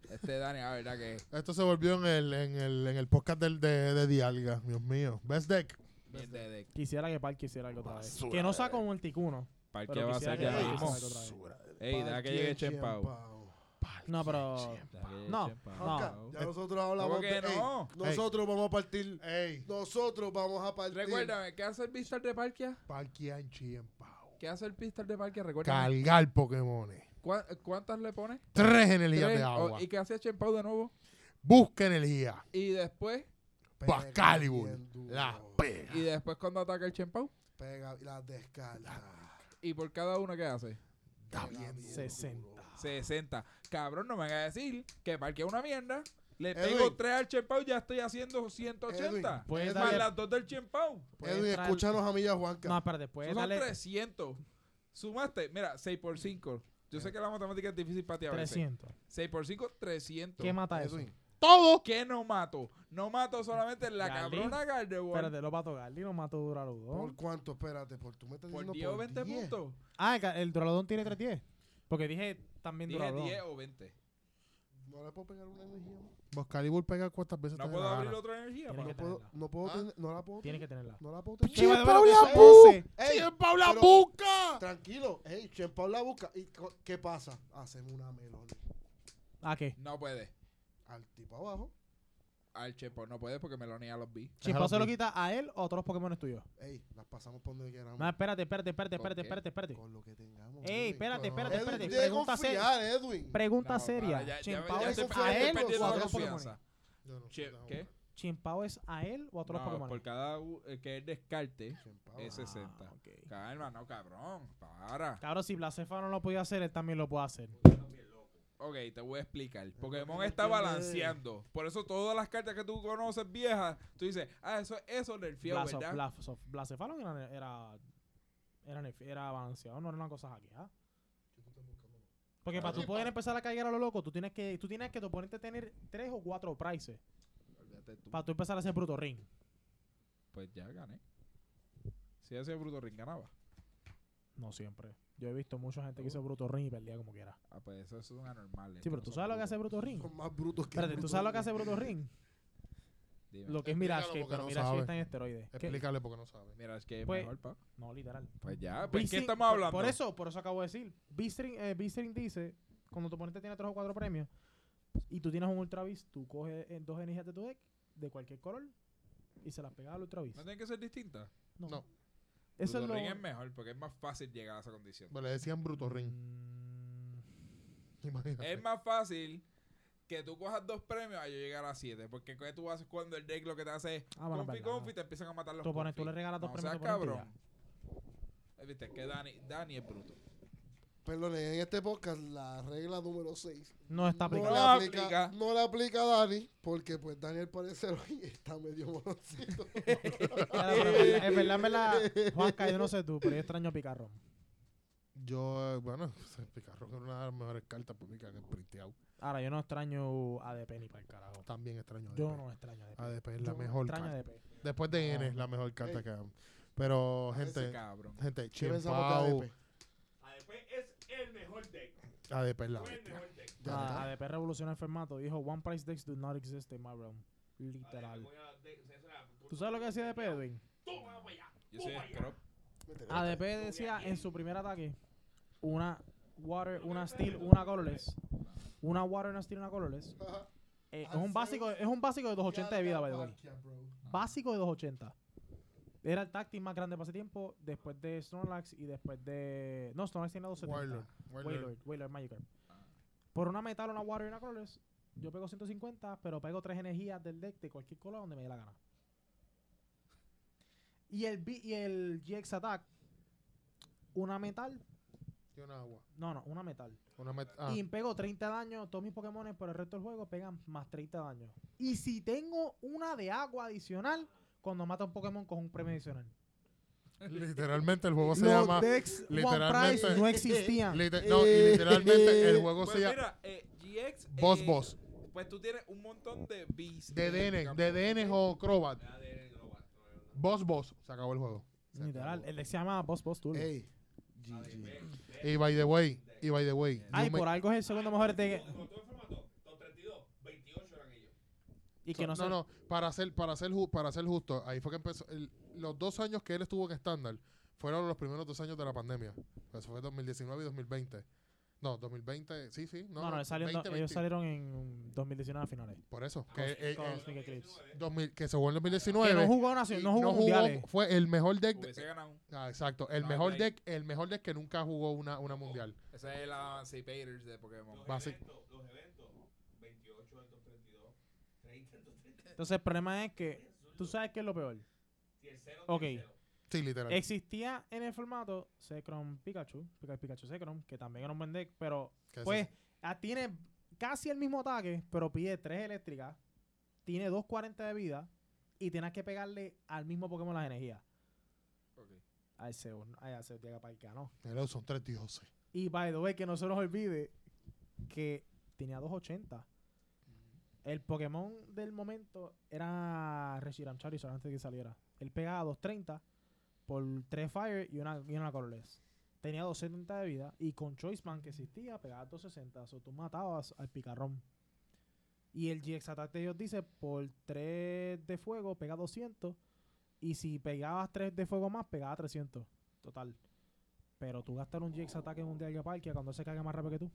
S1: Este Dani, la verdad que es
S4: Esto se volvió en el, en el, en el podcast del, de, de Dialga, Dios mío. Best deck.
S1: bien
S5: este.
S1: de deck.
S2: Quisiera que Park hiciera algo otra vez.
S4: Basura
S2: Que no
S4: de
S2: saca un Articuno.
S1: ¿Para
S2: Pero
S1: va a
S2: quisiera
S1: ser
S2: que
S1: ya
S2: Park
S1: mismo?
S2: hiciera algo otra vez.
S1: Ey, deja que llegue Chen Pao.
S2: No, pero.
S1: Deja que llegue
S2: No,
S1: Chen Pao.
S2: no.
S5: Acá,
S4: Eh,
S5: ya nosotros hablamos
S1: ¿Cómo que
S5: de. Ey,
S1: no?
S5: nosotros vamos a partir.
S4: Ey,
S5: Nosotros vamos a partir.
S1: Recuérdame, ¿qué hace el Vistar de Palkia?
S4: Palkian Chien Pao.
S1: ¿Qué hace el Vistar de Palkia? Recuérdame.
S4: Cargar Pokémones.
S1: ¿Cuá- ¿Cuántas le pone?
S4: Tres energías
S1: Tres.
S4: de
S1: Oh,
S4: agua.
S1: ¿Y qué hace Chen Pao de nuevo?
S4: Busca energía.
S1: Y después,
S5: Pega
S4: Pascalibur.
S5: bien duro.
S4: Pues, La pega.
S1: y después cuando ataca el Chen Pao.
S5: Pega, la descarga.
S1: ¿Y por cada una qué hace?
S4: Está
S5: Pega
S4: bien.
S5: bien
S2: 60.
S1: 60. Cabrón, no me hagas decir que parque es una mierda. Le
S5: Edwin.
S1: pego 3 al Chempau y ya estoy haciendo 180.
S5: Edwin,
S2: Puedes
S5: Es
S1: Más
S2: darle-
S1: las 2 del Chempau.
S2: puedes
S5: Edwin,
S2: entrar-
S5: escúchanos a Milla Juanca.
S2: No, espérate, puedes
S1: Son
S2: darle
S1: 300. Sumaste, mira, 6 por 5. Yo
S2: Eh.
S1: sé que la matemática es difícil para ti a veces.
S2: 300.
S1: 6 por 5, 300.
S2: ¿Qué mata eso?
S5: Edwin.
S2: Oh.
S4: Todo.
S1: ¿Qué no mato? No mato solamente la
S2: Garli.
S1: cabrona Gardevoir.
S2: Espérate, lo mato Garly, lo mato Duraludon.
S5: ¿Por cuánto? Espérate, por tú me estás
S1: Por
S5: diciendo
S1: 10 o 20
S5: 10.
S1: puntos.
S2: Ah, el, ca- el Duraludon tiene 310. Porque dije también
S1: Dije
S2: Duraludon.
S1: 10 o 20.
S5: No le puedo pegar una energía. más?
S4: Buscalibur Pues pega cuántas veces te
S1: No
S4: dé
S1: puedo
S4: la
S1: abrir
S4: gana.
S1: otra energía.
S2: Tiene
S1: pa.
S2: que
S5: No puedo,
S2: tenerla.
S5: no puedo
S4: ¿Ah?
S5: tener, no la puedo
S2: Tienes
S5: tener.
S2: que tenerla.
S5: No la puedo
S4: ¡Chien
S5: tener.
S2: Sí, bueno,
S4: Paula
S2: bueno,
S4: bu-
S2: ese-
S5: Ey,
S4: ¡Chien Paula
S5: pero-
S4: busca!
S5: Tranquilo, hey, Chen Pao la busca. ¿Y co- qué pasa? Hacemos una melón.
S2: Ah, ¿qué?
S1: No puede.
S5: Al tipo abajo.
S1: Al Chempau no puede porque Melonía los vi.
S2: ¿Chimpao se lo
S4: Déjalo
S2: quita a él o a todos los Pokémon tuyos?
S5: Ey, las pasamos por donde queramos.
S2: No, espérate, espérate, espérate,
S1: ¿Con
S2: espérate,
S1: qué?
S2: espérate, espérate.
S5: Con lo que tengamos.
S2: Ey,
S5: Edwin.
S2: espérate,
S4: con-
S2: espérate,
S5: Edwin,
S2: espérate.
S5: debe
S2: Pregunta seria.
S5: confiar, Edwin.
S2: Pregunta
S1: No, para,
S2: seria.
S1: ya- ya-
S2: ¿Chimpao
S1: ya
S2: es
S1: estoy-
S2: a
S1: ya estoy
S2: él
S1: perdiendo
S2: o a
S1: la
S2: todos los
S1: confianza.
S2: Pokémon?
S5: Yo no-
S1: Che-
S5: yo no-
S1: ¿Qué?
S2: ¿Chimpao es a él o a todos los
S1: No, por
S2: Pokémon?
S1: cada u- eh, que él descarte
S5: Chen
S2: Ah.
S5: Pao.
S1: es 60. Calma, no, cabrón. Para.
S2: Cabrón, si Blacephalon lo podía hacer, él también lo puede hacer.
S1: Ok, te voy a explicar. Pokémon
S5: Pokémon
S1: está
S5: tiene-
S1: balanceando. Por eso todas las cartas que tú conoces viejas, tú dices, ah, eso, eso nerfeó,
S2: Blaso-
S1: ¿verdad?
S2: Blaso- Blacephalon era, era, era, nef- era balanceado, no era una cosa hackeada. Porque para tú poder empezar a cargar a lo loco, tú tienes que, tú tienes que tu oponente tener tres o cuatro prices
S1: Olvídate tú.
S2: para tú empezar a hacer Bruto Ring.
S1: Pues ya gané. Si hacía Bruto Ring ganaba.
S2: No siempre. Yo he visto mucha gente que hizo Bruto Ring y perdía como quiera.
S1: Ah, pues eso es un anormal.
S2: Sí, pero tú sabes lo que hace Bruto Ring.
S5: Son más brutos que.
S2: Espérate, tú
S5: brutos.
S2: sabes lo que hace Bruto Ring. Lo que es Mirage Cake,
S4: Explícalo porque
S2: pero
S4: no
S2: Mirage Cake
S4: sabe.
S2: está en esteroides. ¿Qué?
S4: Explícale porque no sabe.
S1: Mira, es que es
S2: Pues-
S1: mejor, pa.
S2: No, literal.
S1: Pues ya, pues ¿qué
S2: Bistring-
S1: estamos hablando?
S2: Por, por eso, por eso acabo de decir. Bistring, eh, Bistring dice, cuando tu oponente tiene tres o cuatro premios y tú tienes un Ultra Beast, tú coges eh, dos energías de tu deck de cualquier color y se las pegas al Ultra Beast.
S1: ¿No tienen que ser distintas?
S2: No.
S4: No.
S2: Eso es
S1: Brutal
S2: lo...
S1: Ring es mejor porque es más fácil llegar a esa condición.
S4: Pues le decían Bruto Ring. [laughs]
S2: Mm,
S4: Imagínate.
S1: Es más fácil que tú cojas dos premios a yo llegar a siete. Porque ¿qué tú haces cuando el deck lo que te hace es
S2: Ah, bueno,
S1: confi,
S2: verdad.
S1: confi, te empiezan a matar los
S2: Tú pones-
S1: confi.
S2: tú le regalas dos
S1: No
S2: premios
S1: seas
S2: a tu oponente
S1: cabrón. Eh, Viste, es que Dani, Dani es bruto.
S5: Perdón, en este podcast la regla número 6
S2: no está
S5: no,
S1: Aplicado.
S2: aplicado.
S5: la
S1: No aplica.
S5: aplica, no la aplica a Dani, porque pues Dani al parecer hoy está medio mononcito.
S2: Ya, pero en verdad- en verdad,
S1: [laughs]
S2: en verdad, Juanca, yo no sé tú, pero yo extraño a Picarro.
S4: Yo, eh, bueno, [laughs] Picarro era una de las mejores cartas públicas que he printeado.
S2: Ahora, yo no extraño a DP ni para el carajo.
S4: También extraño. a
S2: Yo
S4: DP.
S2: no extraño a DP.
S4: ADP es
S2: Yo
S4: la
S2: no
S4: mejor
S2: extraño a
S4: carta.
S2: DP.
S4: Después de N es la mejor carta que han. Pero,
S1: Ese
S4: gente,
S1: cabrón.
S4: gente,
S5: ¿Qué pensamos
S4: Chimpao,
S5: de ADP?
S3: Ah, Después es el mejor deck.
S4: ADP es la
S3: Fue el
S4: bestia.
S3: mejor deck.
S5: Ya
S2: Ah,
S5: está.
S2: ADP revolucionó el formato. Dijo, One Price decks do not exist in my realm. Literal. ¿Tú sabes lo que decía ADP, Edwin?
S3: Tú vas para allá.
S1: Yo soy scrub.
S2: ADP decía en su primer ataque, una water, una steel, una colorless. Una water, una steel, una colorless.
S5: Ajá.
S2: Eh, es un básico, es un básico de 280 de vida, by the way. Básico de 280. Era el táctil más grande para ese tiempo, después de Snorlax y después de... No, Snorlax tiene 270.
S4: Warlord. Warlord.
S2: Wailord, Wailord Magikarp. Por una metal, una water y una colorless, yo pego 150, pero pego tres energías del deck de cualquier color donde me dé la gana. Y el, B- y el GX Attack, una metal,
S4: Y una agua.
S2: no, no, una metal.
S4: Una met- ah,
S2: Y pego 30 daños, todos mis Pokémon por el resto del juego pegan más 30 daños. Y si tengo una de agua adicional, cuando mata un Pokémon con un premio adicional.
S4: [laughs] literalmente el juego se
S2: Los
S4: llama.
S2: decks One
S4: literalmente- [laughs]
S2: Price no existían.
S4: lite- no, y literalmente el juego
S1: Pues
S4: se llama.
S1: mira, eh, GX. eh,
S4: Boss Boss.
S1: Pues tú tienes un montón de Bs.
S4: DDN. DDN o Crobat. Boss Boss. Se acabó el juego. Se
S2: Literal,
S4: acabó.
S2: el deck se llama Boss Boss Turbo.
S5: Ey, GG.
S4: Y by the way. Y by the way.
S2: Ay,
S4: you me-
S2: por algo es el segundo mejor deck. Y que no,
S4: no,
S2: se-
S4: no, para ser, para ser, ju- para ser justo, ahí fue que empezó. el- los dos años que él estuvo en estándar fueron los primeros dos años de la pandemia. Eso fue 2019 y 2020. No, 2020, sí, sí. No,
S2: No, no, él salió en do-
S4: 2020.
S2: ellos salieron en 2019 a finales.
S4: Por eso. Que,
S2: con,
S4: eh,
S2: con
S4: eh,
S2: Sneak Eclipse.
S4: 2000 que se jugó en
S2: Que
S4: 2019.
S2: no jugó nación,
S4: y
S2: no jugó mundiales.
S4: fue el mejor deck. de-
S1: Hubiese ganado.
S4: ah, exacto, el
S1: No,
S4: mejor
S1: ahí-
S4: deck, el mejor deck que nunca jugó una, una mundial.
S1: Ese es el Emancipators de Pokémon.
S4: Basic.
S2: Entonces el problema es que, tú sabes qué es lo peor. Ok,
S4: Sí, literal.
S2: existía en el formato Secron Pikachu, Pika- Pikachu Secron, que también era un buen deck, pero
S4: Que
S2: pues
S4: eso-
S2: ah, tiene casi el mismo ataque, pero pide 3 eléctricas, tiene 2.40 de vida y tienes que pegarle al mismo Pokémon las energías.
S1: Ok.
S2: A ese, a ese llega para el cano.
S4: Pero son tres dioses.
S2: Y by the way, que no se nos olvide que tenía 280. El Pokémon del momento era Reshiram Charizard antes de que saliera. Él pegaba 230 por 3 Fire y una, y una Colorless. Tenía 270 de vida y con Choice Man que existía pegaba 260. O tú matabas al picarrón. Y el GX Attack de ellos dice por 3 de fuego pega 200. Y si pegabas 3 de fuego más, pegaba 300. Total. Pero tú gastar un GX ataque en un Dialga Palkia cuando se caga más rápido que tú.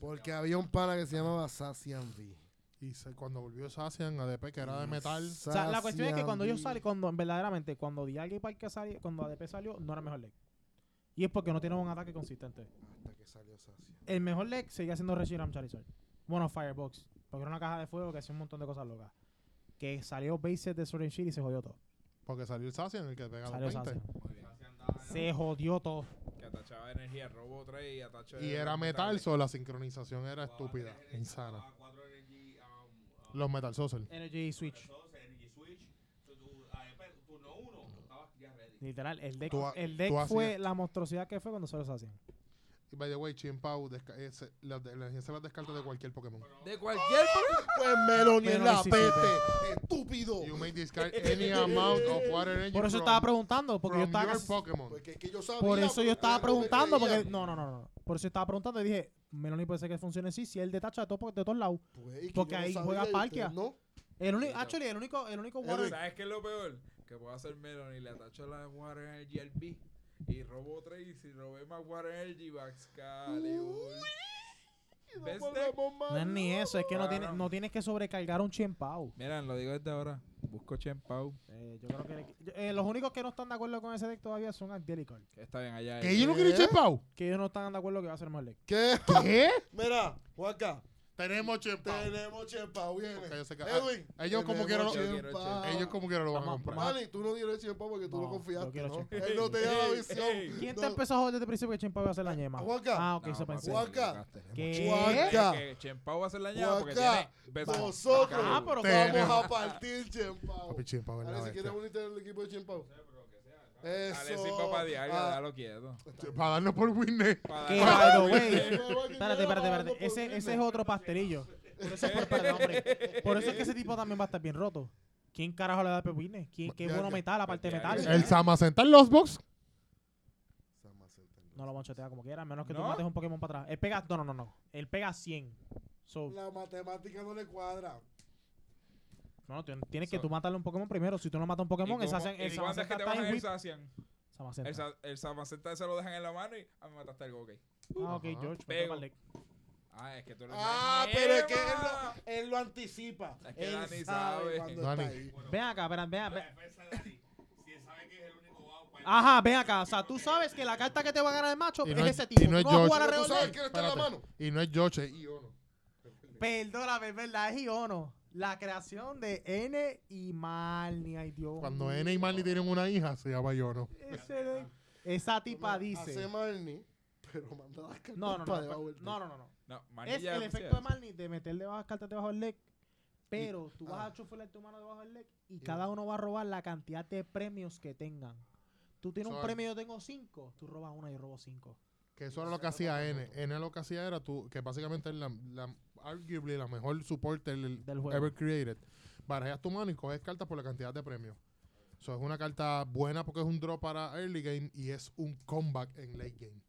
S5: Porque había un pana que se llamaba Sassian V.
S4: Y se- cuando volvió Sassian, ADP, que era de metal.
S2: O sea, la cuestión es que cuando ellos salen, cuando verdaderamente, cuando Dialga y Palkia salió, cuando ADP salió, no era mejor leg. Y es porque no tienen un ataque consistente.
S5: Hasta que salió Sassian.
S2: El mejor leg seguía siendo Reshiram Charizard. Bueno, Firebox. Porque era una caja de fuego que hacía un montón de cosas locas. Que salió Bases de Sword and Shield y se jodió todo.
S4: Porque salió el Sassian, el que pega los
S2: Salió
S4: 20.
S2: Sassian.
S1: Muy bien.
S2: Se jodió todo.
S1: Que atachaba energía, robo 3 y atacho.
S4: Y era Metal Soul, la sincronización era estúpida, insana.
S1: um,
S4: Los Metal Social.
S2: Energy Switch.
S1: ah, eh,
S2: Literal, el deck,
S4: Tú ha-
S2: el deck
S4: tú hacías-
S2: fue la monstruosidad que fue cuando salió Sassian.
S4: Y by the way, Chimpao, desca- eh, se- las de- las- se las descarta de cualquier Pokémon.
S1: De cualquier.
S5: Pues Meloni
S2: Pero
S5: es
S2: no
S5: la
S2: hiciste.
S5: peste. estúpido.
S4: You may discard any amount of water energy
S2: Por eso
S4: from-
S2: estaba preguntando, porque yo
S4: from
S2: estaba
S4: your
S2: casi-
S4: Pokémon.
S5: Porque es que yo sabía.
S2: Por eso yo estaba
S5: pero no me
S2: preguntando, porque...
S5: creía.
S2: No, no, no, no. Por eso estaba preguntando y dije, Meloni puede ser que funcione así, si él detacha de todo- de todos lados.
S5: Pues, es que
S2: porque
S5: yo no
S2: ahí
S5: sabía
S2: juega
S5: y ustedes
S2: Palkia.
S5: No,
S2: El único,
S1: Mira.
S2: actually, el único, el único
S5: Eric.
S2: water...
S1: ¿Sabes qué es lo peor? Que puedo hacer Melon y le atacho la Water Energy al B. Y robo 3 y si robé más Water Energy, Vax Calibur. ¿Ves de-
S2: No es ni eso, es que no,
S1: Claro.
S2: tiene, no tienes que sobrecargar a un chiempao.
S1: Miren, lo digo desde ahora. Busco Chen Pau.
S2: Eh, yo creo que... le- yo- eh, los únicos que no están de acuerdo con ese deck todavía son Angelical.
S1: Que está bien allá.
S4: ¿Que
S1: él.
S4: yo no quiero
S5: ¿Qué?
S4: Chepau?
S2: Que ellos no están de acuerdo que va a ser más deck.
S5: ¿Qué?
S4: ¿Qué?
S5: Mira, Juanca,
S4: Tenemos Chepau.
S5: tenemos Chepa, viene.
S4: Ok, yo sé que-
S5: Edwin,
S4: ah, ellos como quiera
S5: tenemos
S4: lo-
S1: Yo quiero
S5: Chepa.
S1: Chepa.
S4: Ellos como quiera lo van a
S2: Vamos,
S4: comprar.
S5: Manny, tú no dieron Chepa porque tú
S2: No,
S5: no
S2: yo
S5: confiaste,
S2: quiero
S5: ¿no?
S2: Chepa.
S5: Él no te da la
S1: Ey,
S5: visión.
S1: ey.
S2: ¿Quién te
S5: No,
S2: empezó a joder desde el principio que Chimpao iba a hacer la ñema?
S5: Juanca.
S2: Ah, ok,
S1: No,
S2: eso
S1: Paco,
S2: pensé.
S1: te
S5: Juanca.
S1: equivocaste.
S2: ¿Qué?
S5: Juanca.
S1: Que Chen Pau va a hacer la ñada porque
S5: Guaca,
S1: tiene besos.
S5: Nosotros
S2: Ah, pero
S5: vamos
S4: tenemos-
S5: a partir Chempao.
S4: Papi Chepau es
S2: Pues
S4: la
S5: Ahora, si quieres
S4: bestia.
S5: unirte al equipo de Chempao.
S1: Dale, sí, papá diario,
S5: Ah,
S1: dalo quieto.
S4: Para darnos por Winnet.
S1: Pa'
S2: Que
S1: darle-
S2: by the way,
S5: Ese huevo
S2: Espérate,
S5: que lleva
S2: espérate,
S5: pagando
S2: espérate.
S5: por
S2: Ese,
S5: Disney.
S2: ese es otro pastelillo. Por eso, por, espérate, hombre. Por eso es que ese tipo también va a estar bien roto. ¿Quién carajo le da pepines? ¿Quién, ¿Qué
S5: Ya,
S2: bueno
S5: ya.
S2: metal, aparte
S1: Ya,
S2: de metal?
S1: ya.
S4: El Samacental los box.
S2: No lo manchotea como quiera, a menos que tú
S1: ¿No?
S2: mates un Pokémon para atrás. Él pega... No, no, no, no. Él pega 100. So,
S5: La matemática no le cuadra.
S2: no, no, tien- tienes que
S1: So-
S2: tú matarle un Pokémon primero. Si tú no matas un Pokémon,
S1: ¿Y
S2: el
S1: cómo-
S2: Sazen- el
S1: ¿Y cuándo es que
S2: Samacenta
S1: te
S2: está
S1: bajan
S2: en
S1: el
S2: whip.
S1: Sacian? El,
S2: Samacenta.
S1: sa- el Samacenta se lo dejan en la mano y a mí me mataste el Gokey.
S2: Ah, ok,
S4: Ajá.
S2: George.
S1: Pego.
S2: vete pa'l deck.
S1: Ah, es que tú eres
S5: Ah,
S1: una
S5: pero es que él
S1: jeva.
S5: lo, él lo anticipa.
S1: Es que
S5: él
S1: Dani sabe.
S5: cuando
S4: Dani.
S5: está ahí.
S2: Ven acá, espera, ven, ven.
S3: Si él sabe que es el único wow para
S2: Ajá, ven acá. O sea, tú sabes que la carta que te va a ganar el macho
S4: Y
S2: es
S4: no es-
S2: ese
S4: y
S2: tipo.
S4: no es
S2: tú vas a jugar
S4: George.
S5: Pero
S2: alrededor
S5: tú
S2: de él.
S5: sabes que él está en la
S4: Espérate.
S5: mano.
S4: Y no es George, es Iono.
S2: Perdóname, es verdad, es Iono. La creación de N y Marnie, ay Dios.
S4: Cuando
S2: mío.
S4: N y Manny tienen una hija, se llama Iono.
S2: Ese de- esa tipa
S5: Hace
S2: dice.
S5: Marnie, pero manda las cartas
S2: No, no,
S5: para
S2: no.
S5: debajo del
S2: No,
S5: deck.
S2: no, no. no.
S1: No, Manny
S2: Es
S1: ya
S2: el
S1: decía
S2: efecto de
S1: eso.
S2: Marnie de meterle las cartas debajo del leg. Pero tú
S5: ah.
S2: vas a chufular tu mano debajo del leg y cada uno va a robar la cantidad de premios que tengan. Tú tienes un
S4: Son-
S2: premio, yo tengo cinco. Tú robas una, yo robo cinco.
S4: Que eso era lo que hacía N. N lo que hacía era tú, que básicamente es la, la- arguably la mejor supporter
S2: Del juego.
S4: ever created. Barajas tu mano y coges cartas por la cantidad de premios. Eso es una carta buena porque es un drop para early game y es un comeback en late game.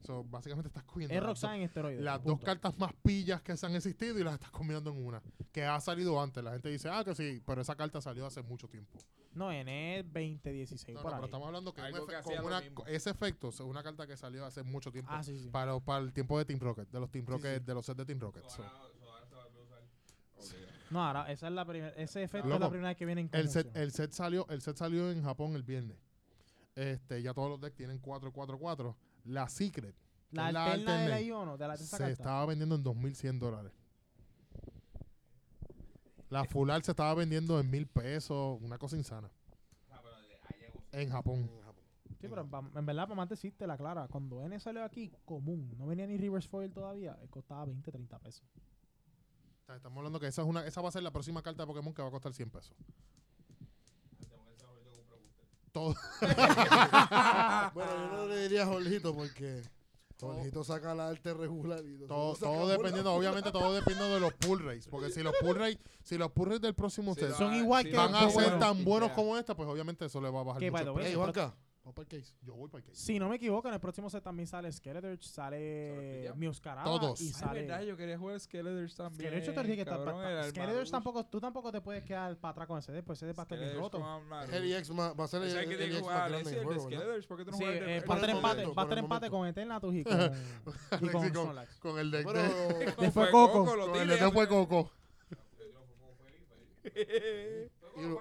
S4: So, básicamente estás cogiendo
S2: Es
S4: las dos-
S2: Roxanne en esteroides.
S4: las
S2: punto.
S4: dos cartas más pillas que se han existido y las estás combinando en una. Que ha salido antes. La gente dice, ah, que sí, pero esa carta salió hace mucho tiempo.
S2: No, en el 2016.
S4: No,
S2: por
S4: no, pero
S2: ahí.
S4: estamos hablando que, un
S1: Algo
S4: efe-
S1: que hacía
S4: con
S1: lo
S4: una-
S1: mismo.
S4: con ese efecto es una carta que salió hace mucho tiempo.
S2: Ah, sí, sí.
S4: Para, para el tiempo de Team Rocket, de los Team Rocket,
S2: sí.
S4: de los sets de Team Rocket. so.
S2: No, ahora, esa es la primera- ese efecto es la
S4: Loco,
S2: primera vez que viene en
S4: el, set,
S2: conjunción.
S4: el, set salió, el set salió en Japón el viernes. Este, ya todos los decks tienen 4-4-4. La Secret
S2: La
S4: la
S2: alterna de la
S4: alternate
S2: Iono, de la de
S4: se
S2: esa carta.
S4: estaba vendiendo en 2100 dólares. La Fular se estaba vendiendo en mil pesos, una cosa insana.
S1: Ah,
S4: En Japón.
S2: Sí, pero en, pa- en verdad, para más decirte la clara, cuando N salió aquí, común, no venía ni Reverse Foil todavía, eh, costaba 20, 30 pesos.
S4: O sea, Estamos hablando que esa, es una, esa va a ser la próxima carta de Pokémon que va a costar 100 pesos. Todo.
S5: Bueno, yo no le diría a Jorgito porque Jorgito saca la arte regular y
S4: Todo,
S5: nosotros
S4: todo
S5: sacamos la-
S4: dependiendo, obviamente todo depende de los pull rates, porque si los pull rates, si los pull rates del próximo
S1: Sí,
S4: set
S1: lo
S2: Son
S1: haga-
S2: igual
S1: sí,
S2: que
S1: lo
S4: van
S1: haga
S4: a
S2: los
S1: igual.
S4: ser
S2: bueno.
S4: tan buenos
S1: Ya.
S4: como esta, pues obviamente eso le va a bajar
S2: Que by the
S4: mucho.
S2: way,
S4: el
S5: Ey,
S4: precio.
S5: Juanca, vamos para el case.
S4: Yo voy para el case.
S2: Si no me equivoco, en el próximo set también sale Skeletor,
S1: Solo
S2: sale
S1: pillamos.
S2: Miuscarada
S4: Todos.
S2: y
S4: Ay,
S1: Ay, verdad,
S2: sale...
S1: yo quería jugar Skeletors también.
S2: Skeletor te dije que está-
S1: cabrón,
S2: pa-
S1: el
S2: Skeletor
S1: Armadus.
S2: tampoco, tú tampoco te puedes quedar para atrás con ese deck, pues ese deck va a estar bien
S1: Skeletors con
S2: roto.
S1: Armadus.
S5: El EX más- va a ser el,
S1: Ese es
S5: el,
S1: que tiene que
S5: EX
S1: jugar
S5: más
S1: Alexis,
S5: grande del
S1: el de
S5: juego, ¿verdad?
S1: Skeletors. ¿Por qué tú no
S2: Sí,
S1: juegas el de-
S2: eh,
S1: el
S2: va
S1: de-
S2: a estar
S5: por el
S2: empate,
S5: momento,
S2: va a
S5: por
S2: estar
S5: el
S2: empate
S5: momento.
S2: con Eternatus y
S5: [laughs]
S2: con, y con
S4: Sí, [laughs] con-
S2: Snorlax.
S4: Con el
S5: Este,
S4: deck de,
S5: Pero
S1: Con
S2: Después
S1: Fue
S2: Coco,
S1: Coco, lo
S4: con el
S1: tira.
S4: deck de Fue Coco.
S1: [laughs]
S5: y lo,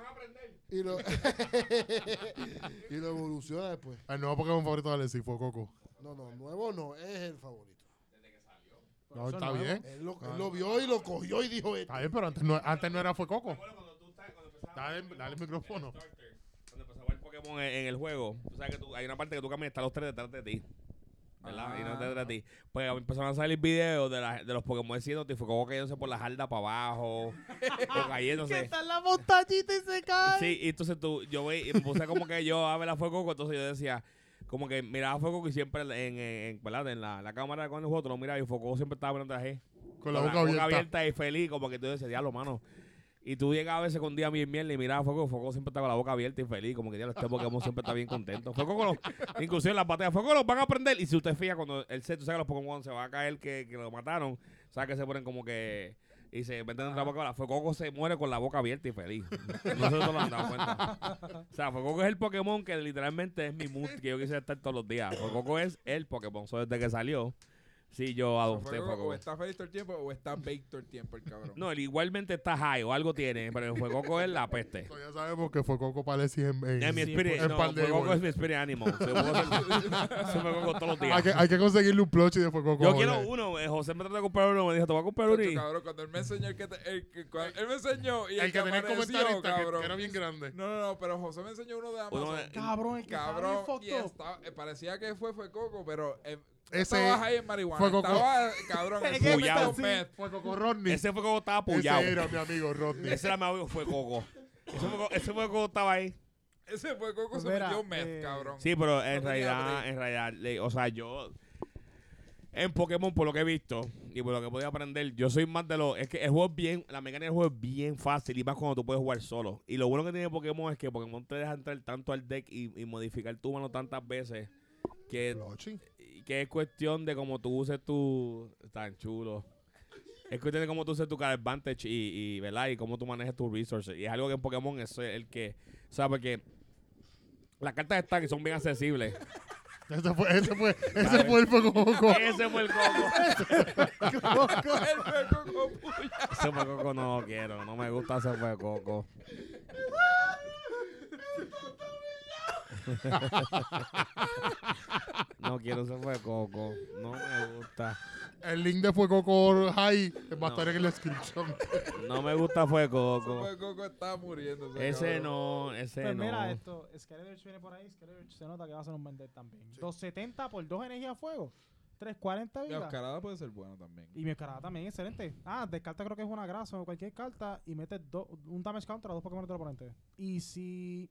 S4: [laughs]
S5: y lo, [laughs] y lo evoluciona después.
S4: El nuevo Pokémon favorito de Alexis fue Coco.
S5: No, no, nuevo no, es el favorito.
S2: Por
S4: No,
S2: eso
S4: está
S2: es nuevo.
S4: bien.
S5: Él lo,
S4: Ah.
S5: él lo vio y lo cogió y dijo "Este esto.
S4: Está bien, pero antes no, antes no era fue Coco. Dale, dale el micrófono.
S3: Cuando empezaba el Pokémon en, en el juego, tú sabes que tú- hay una parte que tú caminas, están los tres detrás de ti. ¿Verdad? y no
S1: Ah.
S3: detrás de ti. Pues empezaron a salir videos de, la- de los Pokémon diciéndote, y fue como cayéndose por la jarda para abajo, o
S2: Que
S3: cayéndose.
S2: está en la montañita y se cae.
S3: Sí, y entonces tú, yo ve, y me puse como que yo a ver a Fuego, entonces yo decía, como que miraba a Fuego y siempre en, en, en- ¿verdad? en la, la cámara cuando el juego tú lo mirabas y Fuego siempre estaba mirando a la G.
S4: Con la boca abierta.
S3: y feliz, como que tú decías, diablo, mano. Y tú llegas a veces con día bien mierda y mirabas a Foco. Foco siempre está con la boca abierta y feliz. Como que ya este Pokémon siempre está bien contento. Foco con los. [laughs] Inclusive las batallas. Foco los van a prender. Y si usted fija, cuando el set, tú sabes que los Pokémon se van a caer que, que lo mataron. Sabes que se ponen como que. Y se meten en la boca abierta. Foco se muere con la boca abierta y feliz. Nosotros nos hemos dado cuenta. O sea, Foco es el Pokémon que literalmente es mi mood que yo quisiera estar todos los días. Foco es el Pokémon. So, desde que salió, sí, yo adopté
S1: Fuego,
S3: Foco.
S1: o está feliz todo el tiempo o está baked todo el tiempo el cabrón.
S3: No, él igualmente está high o algo tiene, pero el Fuecoco es la peste.
S4: Eso ya sabemos que fue Coco Palesi en, en-
S3: Es mi spirit,
S4: en
S3: no,
S4: Pandemol.
S3: Fuecoco es mi spirit
S4: [laughs]
S3: animal. Se puede hacer- se me coco todos los
S4: hay, que,
S3: días.
S4: hay que conseguirle un plushie de fue Coco.
S3: Yo quiero uno, eh, José me trató de comprar uno, me dijo, te voy a comprar uno.
S1: Tacho,
S3: y-
S1: cabrón, cuando él me enseñó el que te- el que- cuando él me enseñó y el,
S4: El que tenía el
S1: apareció,
S4: comentarista que,
S1: cabrón.
S4: que era bien grande.
S1: No, no, no, pero José me enseñó uno de Amazon.
S3: de-
S2: Cabrón, el que
S1: Cabrón,
S2: estaba
S1: y
S2: bien fucked up.
S1: estaba- eh, parecía que fue, fue Coco, pero eh, no
S4: Ese-
S1: estabas ahí en marihuana.
S4: fue Coco.
S1: Estaba, eh,
S4: [laughs]
S1: cabrón,
S2: Es
S1: en
S2: que
S1: full
S3: Puyao.
S1: con meth.
S4: Fue Coco Rodney.
S3: Ese Fuecoco estaba
S4: Ese
S3: apoyado.
S4: era mi amigo Rodney.
S3: Ese era mi amigo Fuecoco. Ese Fuecoco- Ese Fuecoco estaba ahí.
S1: Ese fue Coco,
S4: Pues
S1: se
S2: Mira,
S1: metió meth,
S2: eh,
S1: cabrón.
S3: Sí, pero en
S1: tenía
S3: realidad,
S1: break.
S3: en realidad, le- o sea, yo en Pokémon por lo que he visto y por lo que he podido aprender, yo soy más de los es que el juego es bien, la mecánica del juego es bien fácil y más cuando tú puedes jugar solo. Y lo bueno que tiene Pokémon es que Pokémon te deja entrar tanto al deck y, y modificar tu mano tantas veces que,
S4: Plushie.
S3: que es cuestión de cómo tú uses tu tan chulo. Es cuestión de cómo tú uses tu card advantage y, y, ¿verdad? Y cómo tú manejas tus resources. Y es algo que en Pokémon es el que, o sea, porque las cartas están y son bien accesibles.
S4: Ese fue, ese fue, ese
S3: Vale.
S4: fue el Coco
S3: [laughs]
S4: Coco.
S3: Ese fue el coco.
S1: [laughs] Él fue Coco, puya.
S3: Ese fue coco, no lo quiero. No me gusta ese fue coco. [laughs] No quiero ese fue coco. No me gusta.
S4: El link de fue Coco High va a estar
S3: No.
S4: en la descripción.
S3: No me gusta fue coco.
S1: Fue Pues Coco, estaba muriendo.
S3: Ese no, ese
S2: Pues mira
S3: no.
S2: esto, Scarlet Urge viene por ahí, Scarlet Urge se nota que va a ser un vender también. 270 por 2 energía a fuego, 340
S1: Mi
S2: vida.
S1: Oscarada puede ser bueno también.
S2: Y mi escarada también, excelente. Ah, descarta creo que es una grasa o cualquier carta y metes do- un damage counter a dos Pokémon del oponente. Y si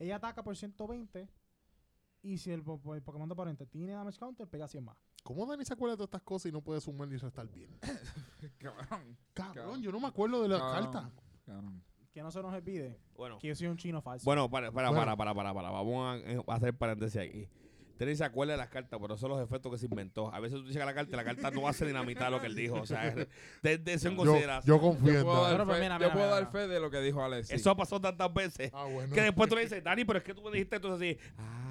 S2: ella ataca por 120 y si el, po- el Pokémon del oponente tiene damage counter, pega 100 más.
S4: ¿Cómo Dani se acuerda de todas estas cosas y no puede sumar ni restar bien?
S1: Cabrón.
S4: Cabrón, yo no me acuerdo de la
S1: Cabrón.
S4: carta.
S1: Cabrón.
S2: Que no se nos olvide
S3: Bueno,
S2: que yo soy un chino falso.
S3: bueno, para, para,
S4: Bueno.
S3: para, para, para, para. Vamos a, eh, a hacer paréntesis aquí. Tenés se acuerda de las cartas, pero son los efectos que se inventó. A veces tú llegas a la carta y la carta no hace ni la mitad de lo que él dijo. O sea, desde eso en
S4: Yo,
S3: consideración.
S4: yo confío en
S1: Puedo
S4: Dani.
S1: dar
S2: Pero, pero
S1: fe-
S2: mira,
S1: Yo
S2: mira,
S1: puedo
S2: mira,
S1: dar
S2: mira.
S1: fe de lo que dijo Alexis.
S3: Eso ha pasado tantas veces
S4: Ah, bueno.
S3: que después tú le dices, Dani, pero es que tú me dijiste entonces así. Ah.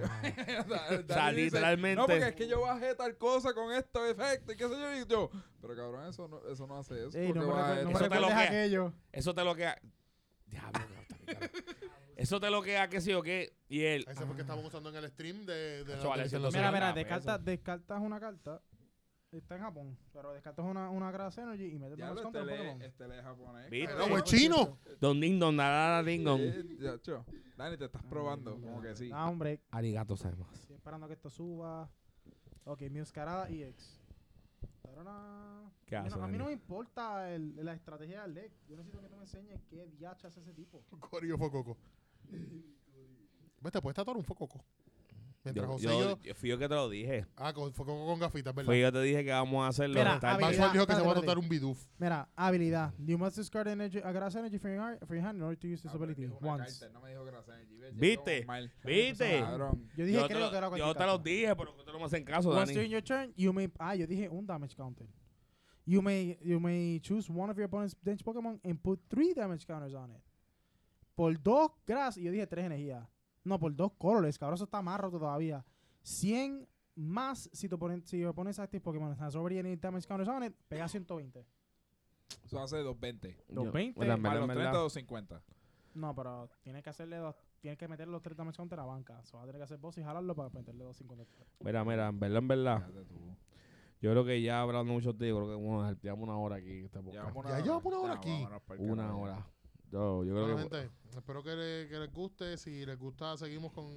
S1: [laughs]
S3: [laughs]
S1: O sea, Dani
S3: sea,
S1: dice,
S3: literalmente-
S1: No, porque es que yo bajé tal cosa con estos efectos y qué sé yo. Y yo, pero cabrón, eso no, eso no hace eso.
S2: Ey,
S1: ¿por
S2: no
S1: qué
S2: me,
S1: baja
S2: recuer- no me
S1: esto?
S3: Eso te lo
S2: recuerdes
S3: que-
S2: aquello.
S3: Eso te lo que. Diablo, cabrón, está bien, cabrón. Eso te lo que qué sé yo qué. Y él.
S4: Ese fue que estábamos usando en el stream de, de la
S3: Chaval,
S4: televisión
S3: ese no se
S2: Mira,
S4: nacional.
S3: ve
S2: mira,
S3: nada,
S2: descartas,
S3: eso.
S2: descartas una carta. Está en Japón. Pero descartas una, una Grass Energy y metes
S1: Ya
S2: damage
S1: lo
S2: contra
S1: este
S2: el
S1: lee,
S2: Pokémon.
S1: este lee japonés.
S3: ¿Viste?
S1: cabrón.
S4: No, es chino.
S3: Don Ding Don, da, da, da, Ding Dong.
S1: Sí, ya, cho. Dani, te estás probando, como que sí.
S2: Ah, hombre,
S3: Arigato, sabemos.
S2: estoy esperando a que esto suba. Ok, mi Oscarada EX. Tarona.
S3: ¿Qué
S2: A mí no-
S3: hace,
S2: a mí no
S3: Dani?
S2: me importa el- la estrategia del deck. Yo necesito que tú me enseñes qué DH hace ese tipo.
S4: Corillo fue Coco. Vete, puedes tatuar un fococo. Mientras
S3: Yo,
S4: José y yo.
S3: yo- yo fui yo que te lo dije.
S4: Ah, con, fue Coco con gafitas, ¿verdad?
S3: Fui Pues yo que te dije que vamos a hacerlo.
S2: Mira,
S3: Está-
S2: a ver.
S4: Maxwell dijo que se va a
S2: Espérate,
S4: tatuar un bidoof.
S2: Mira, habilidad. You must discard energy, a Grass Energy from your, from your hand in order to use this
S1: Ah, pero
S2: ability
S1: dijo una
S2: once.
S1: carta, No me dijo que la hacía allí, ¿ves?
S3: ¿Viste?
S1: Llegó mal.
S3: ¿Viste?
S1: Cabrón.
S2: Yo dije,
S3: yo te
S2: creo
S3: lo,
S2: que era cualquier
S3: yo te lo
S2: carta.
S3: dije, pero que tú no me hacen caso,
S4: Pues
S2: Once
S3: Dani.
S2: during your turn, you may. Ah, yo dije un damage counter. You may, you may choose one of your opponent's bench Pokémon and put three damage counters on it. Por dos grass, y yo dije tres energías. No, por dos colores, cabrón, eso está más roto todavía. 100 más si tu oponente, si your opponent's active Pokémon has already any damage counters on it, pega 120.
S1: Eso hace 220.
S3: Yo-
S2: 220,
S3: Bueno, en
S1: Más
S3: verdad,
S1: los
S3: en
S1: 30,
S3: verdad.
S1: 250.
S2: No, pero tienes que hacerle dos, tienes que meter los tres damage counters a la banca. So vas a tener que hacer boss y jalarlo para meterle dos 50.
S3: Mira, mira, en verdad, en verdad.
S1: Fíjate tú.
S3: Yo creo que ya hablando mucho de ti, yo creo que bueno, llevamos una hora aquí. Este podcast.
S1: Llevamos
S4: Ya llevamos una hora aquí.
S1: vámonos pa'l
S3: Una
S1: carajo.
S3: hora. Yo, yo creo
S4: Bueno,
S3: que.
S4: gente, espero que, le- que les guste. Si les gusta, seguimos con,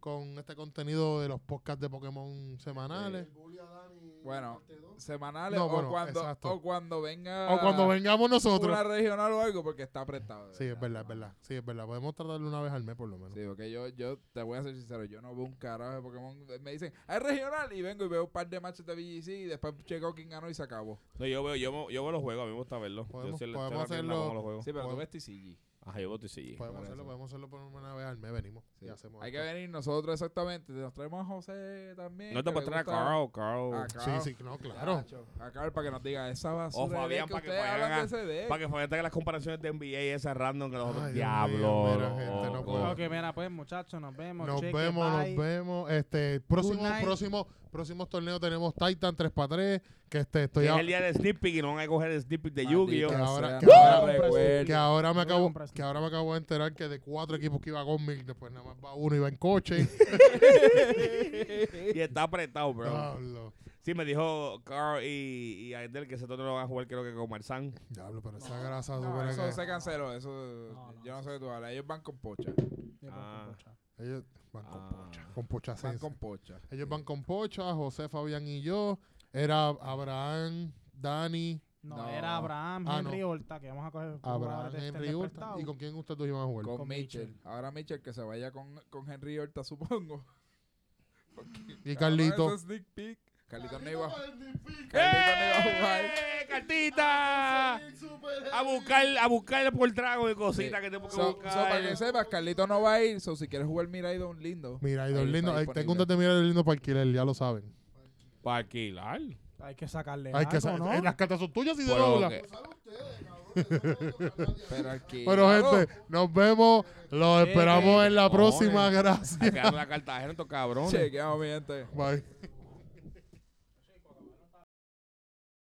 S4: con este contenido de los podcasts de Pokémon semanales.
S5: El bully a Dani
S1: Bueno, semanales
S4: No,
S1: o,
S4: bueno,
S1: cuando,
S4: exacto.
S1: o cuando venga
S4: O cuando vengamos nosotros.
S1: una regional o algo, porque está apretado. de
S4: Sí, es verdad, es verdad. Sí, es verdad. Podemos tratarlo una vez al mes por lo menos.
S1: Sí, porque yo, yo te voy a ser sincero, yo no veo un carajo de Pokémon. Me dicen, hay regional y vengo y veo un par de matches de BGC y después checo quién ganó y se acabó.
S3: No, yo veo, yo, mo- yo veo los juegos, a mí me gusta verlos.
S4: Podemos-
S3: yo soy la-
S4: podemos
S3: soy la que
S4: hacerlo- Pues,
S3: pongo los juegos.
S1: Sí, pero tú
S4: Oh, Bueno.
S1: ves TCG.
S3: Ajá, yo voto y sí.
S4: Podemos hacerlo,
S1: eso.
S4: podemos hacerlo por una vez al mes. Venimos
S1: Sí.
S4: y hacemos.
S1: Hay que
S4: esto.
S1: venir nosotros exactamente. Nos traemos a José también.
S3: No te
S1: que le
S3: puedes traer a
S1: gusta-
S3: Carl, Carl.
S1: A Carl.
S4: Sí, sí, no, claro.
S1: A Carl para que nos diga esa basura.
S3: O
S1: de
S3: Fabián
S1: deck que
S3: para que
S1: ustedes
S3: Fabián
S1: hablan de
S3: haga-
S1: ese deck.
S3: Para que Fabián tenga las comparaciones de NBA y esas random que nosotros.
S4: Ay, Dios
S3: Diablo.
S4: mío, mira, gente, no
S3: loco.
S4: puedo.
S2: Ok, mira, pues, muchachos, nos vemos.
S4: Oh. Nos
S2: cheque,
S4: vemos,
S2: bye.
S4: nos vemos. Este, próximo,
S2: Good night.
S4: próximo, próximos torneos tenemos Titan 3x3. Que este, estoy
S3: es
S4: a-
S3: el día de Sneak Peek y no van a coger el Sneak Peek de
S1: Maldita
S3: Yu-Gi-Oh!
S4: Que ahora-
S1: sea,
S4: que
S1: no
S4: ahora-
S1: me recuerdo.
S4: que ahora me
S2: Yo voy a
S4: acabo,
S2: comprar
S4: que ahora me acabo de enterar que de cuatro equipos que iba con Milk, después nada más va uno y va en coche.
S3: [laughs] Y está apretado, [laughs] bro.
S4: Diablo.
S3: Sí, me dijo Carl y, y Aidel que ese torneo lo van a jugar, creo que con
S1: [laughs]
S3: Marzán.
S4: Diablo, pero esa grasa
S1: No, Ah,
S4: supone
S1: eso
S4: que-
S1: se canceló. Eso,
S2: No, no,
S1: yo no
S2: eso
S1: sé de tú hablas. Ellos van con pocha.
S2: Yo voy a
S3: Ah.
S2: comprar.
S4: Ellos van con
S3: Ah.
S4: pocha, con pocha
S1: Van
S4: sense.
S1: con pocha.
S4: Ellos van con pocha, José, Fabián y yo. Era Abraham, Dani,
S2: No,
S1: No.
S2: era Abraham
S4: Ah,
S2: Henry Horta, que vamos a coger.
S4: Abraham,
S2: jugadores de
S4: Henry
S2: extender
S4: Hurtado.
S2: prestado.
S4: ¿Y con quién ustedes dos iban a jugar?
S1: Con,
S2: Con
S1: Mitchell. Ahora Mitchell que se vaya con, con Henry Horta, supongo.
S4: y
S1: Cabrón,
S4: Carlito.
S1: eso es sneak peek. Carlito no iba Carlito no iba a jugar. Ah,
S3: ¡Eh, ¡Cartita! A buscar, a buscar por trago de cositas
S1: Sí.
S3: que tengo que
S1: So, so, para
S3: buscar.
S1: que sepas, Carlito no va a ir. So, si quieres jugar Miraidon lindo.
S4: Mira, y
S1: ahí
S4: dos
S1: está
S4: lindos. eh, Tengo un
S1: disponible.
S4: de mira y lindo para alquiler, ya lo saben.
S3: Para alquilar.
S2: Hay que sacarle.
S4: Hay que
S2: algo,
S4: sa-
S2: ¿no?
S4: eh, Las cartas son tuyas y de
S3: Bueno,
S4: Lola.
S3: ok.
S1: Pero aquí.
S4: Bueno, gente, nos vemos. Los esperamos en la
S3: cojones.
S4: próxima. Gracias.
S3: Hay que darle la carta a estos cabrones.
S1: Chequeamos, mi gente.
S4: Bye.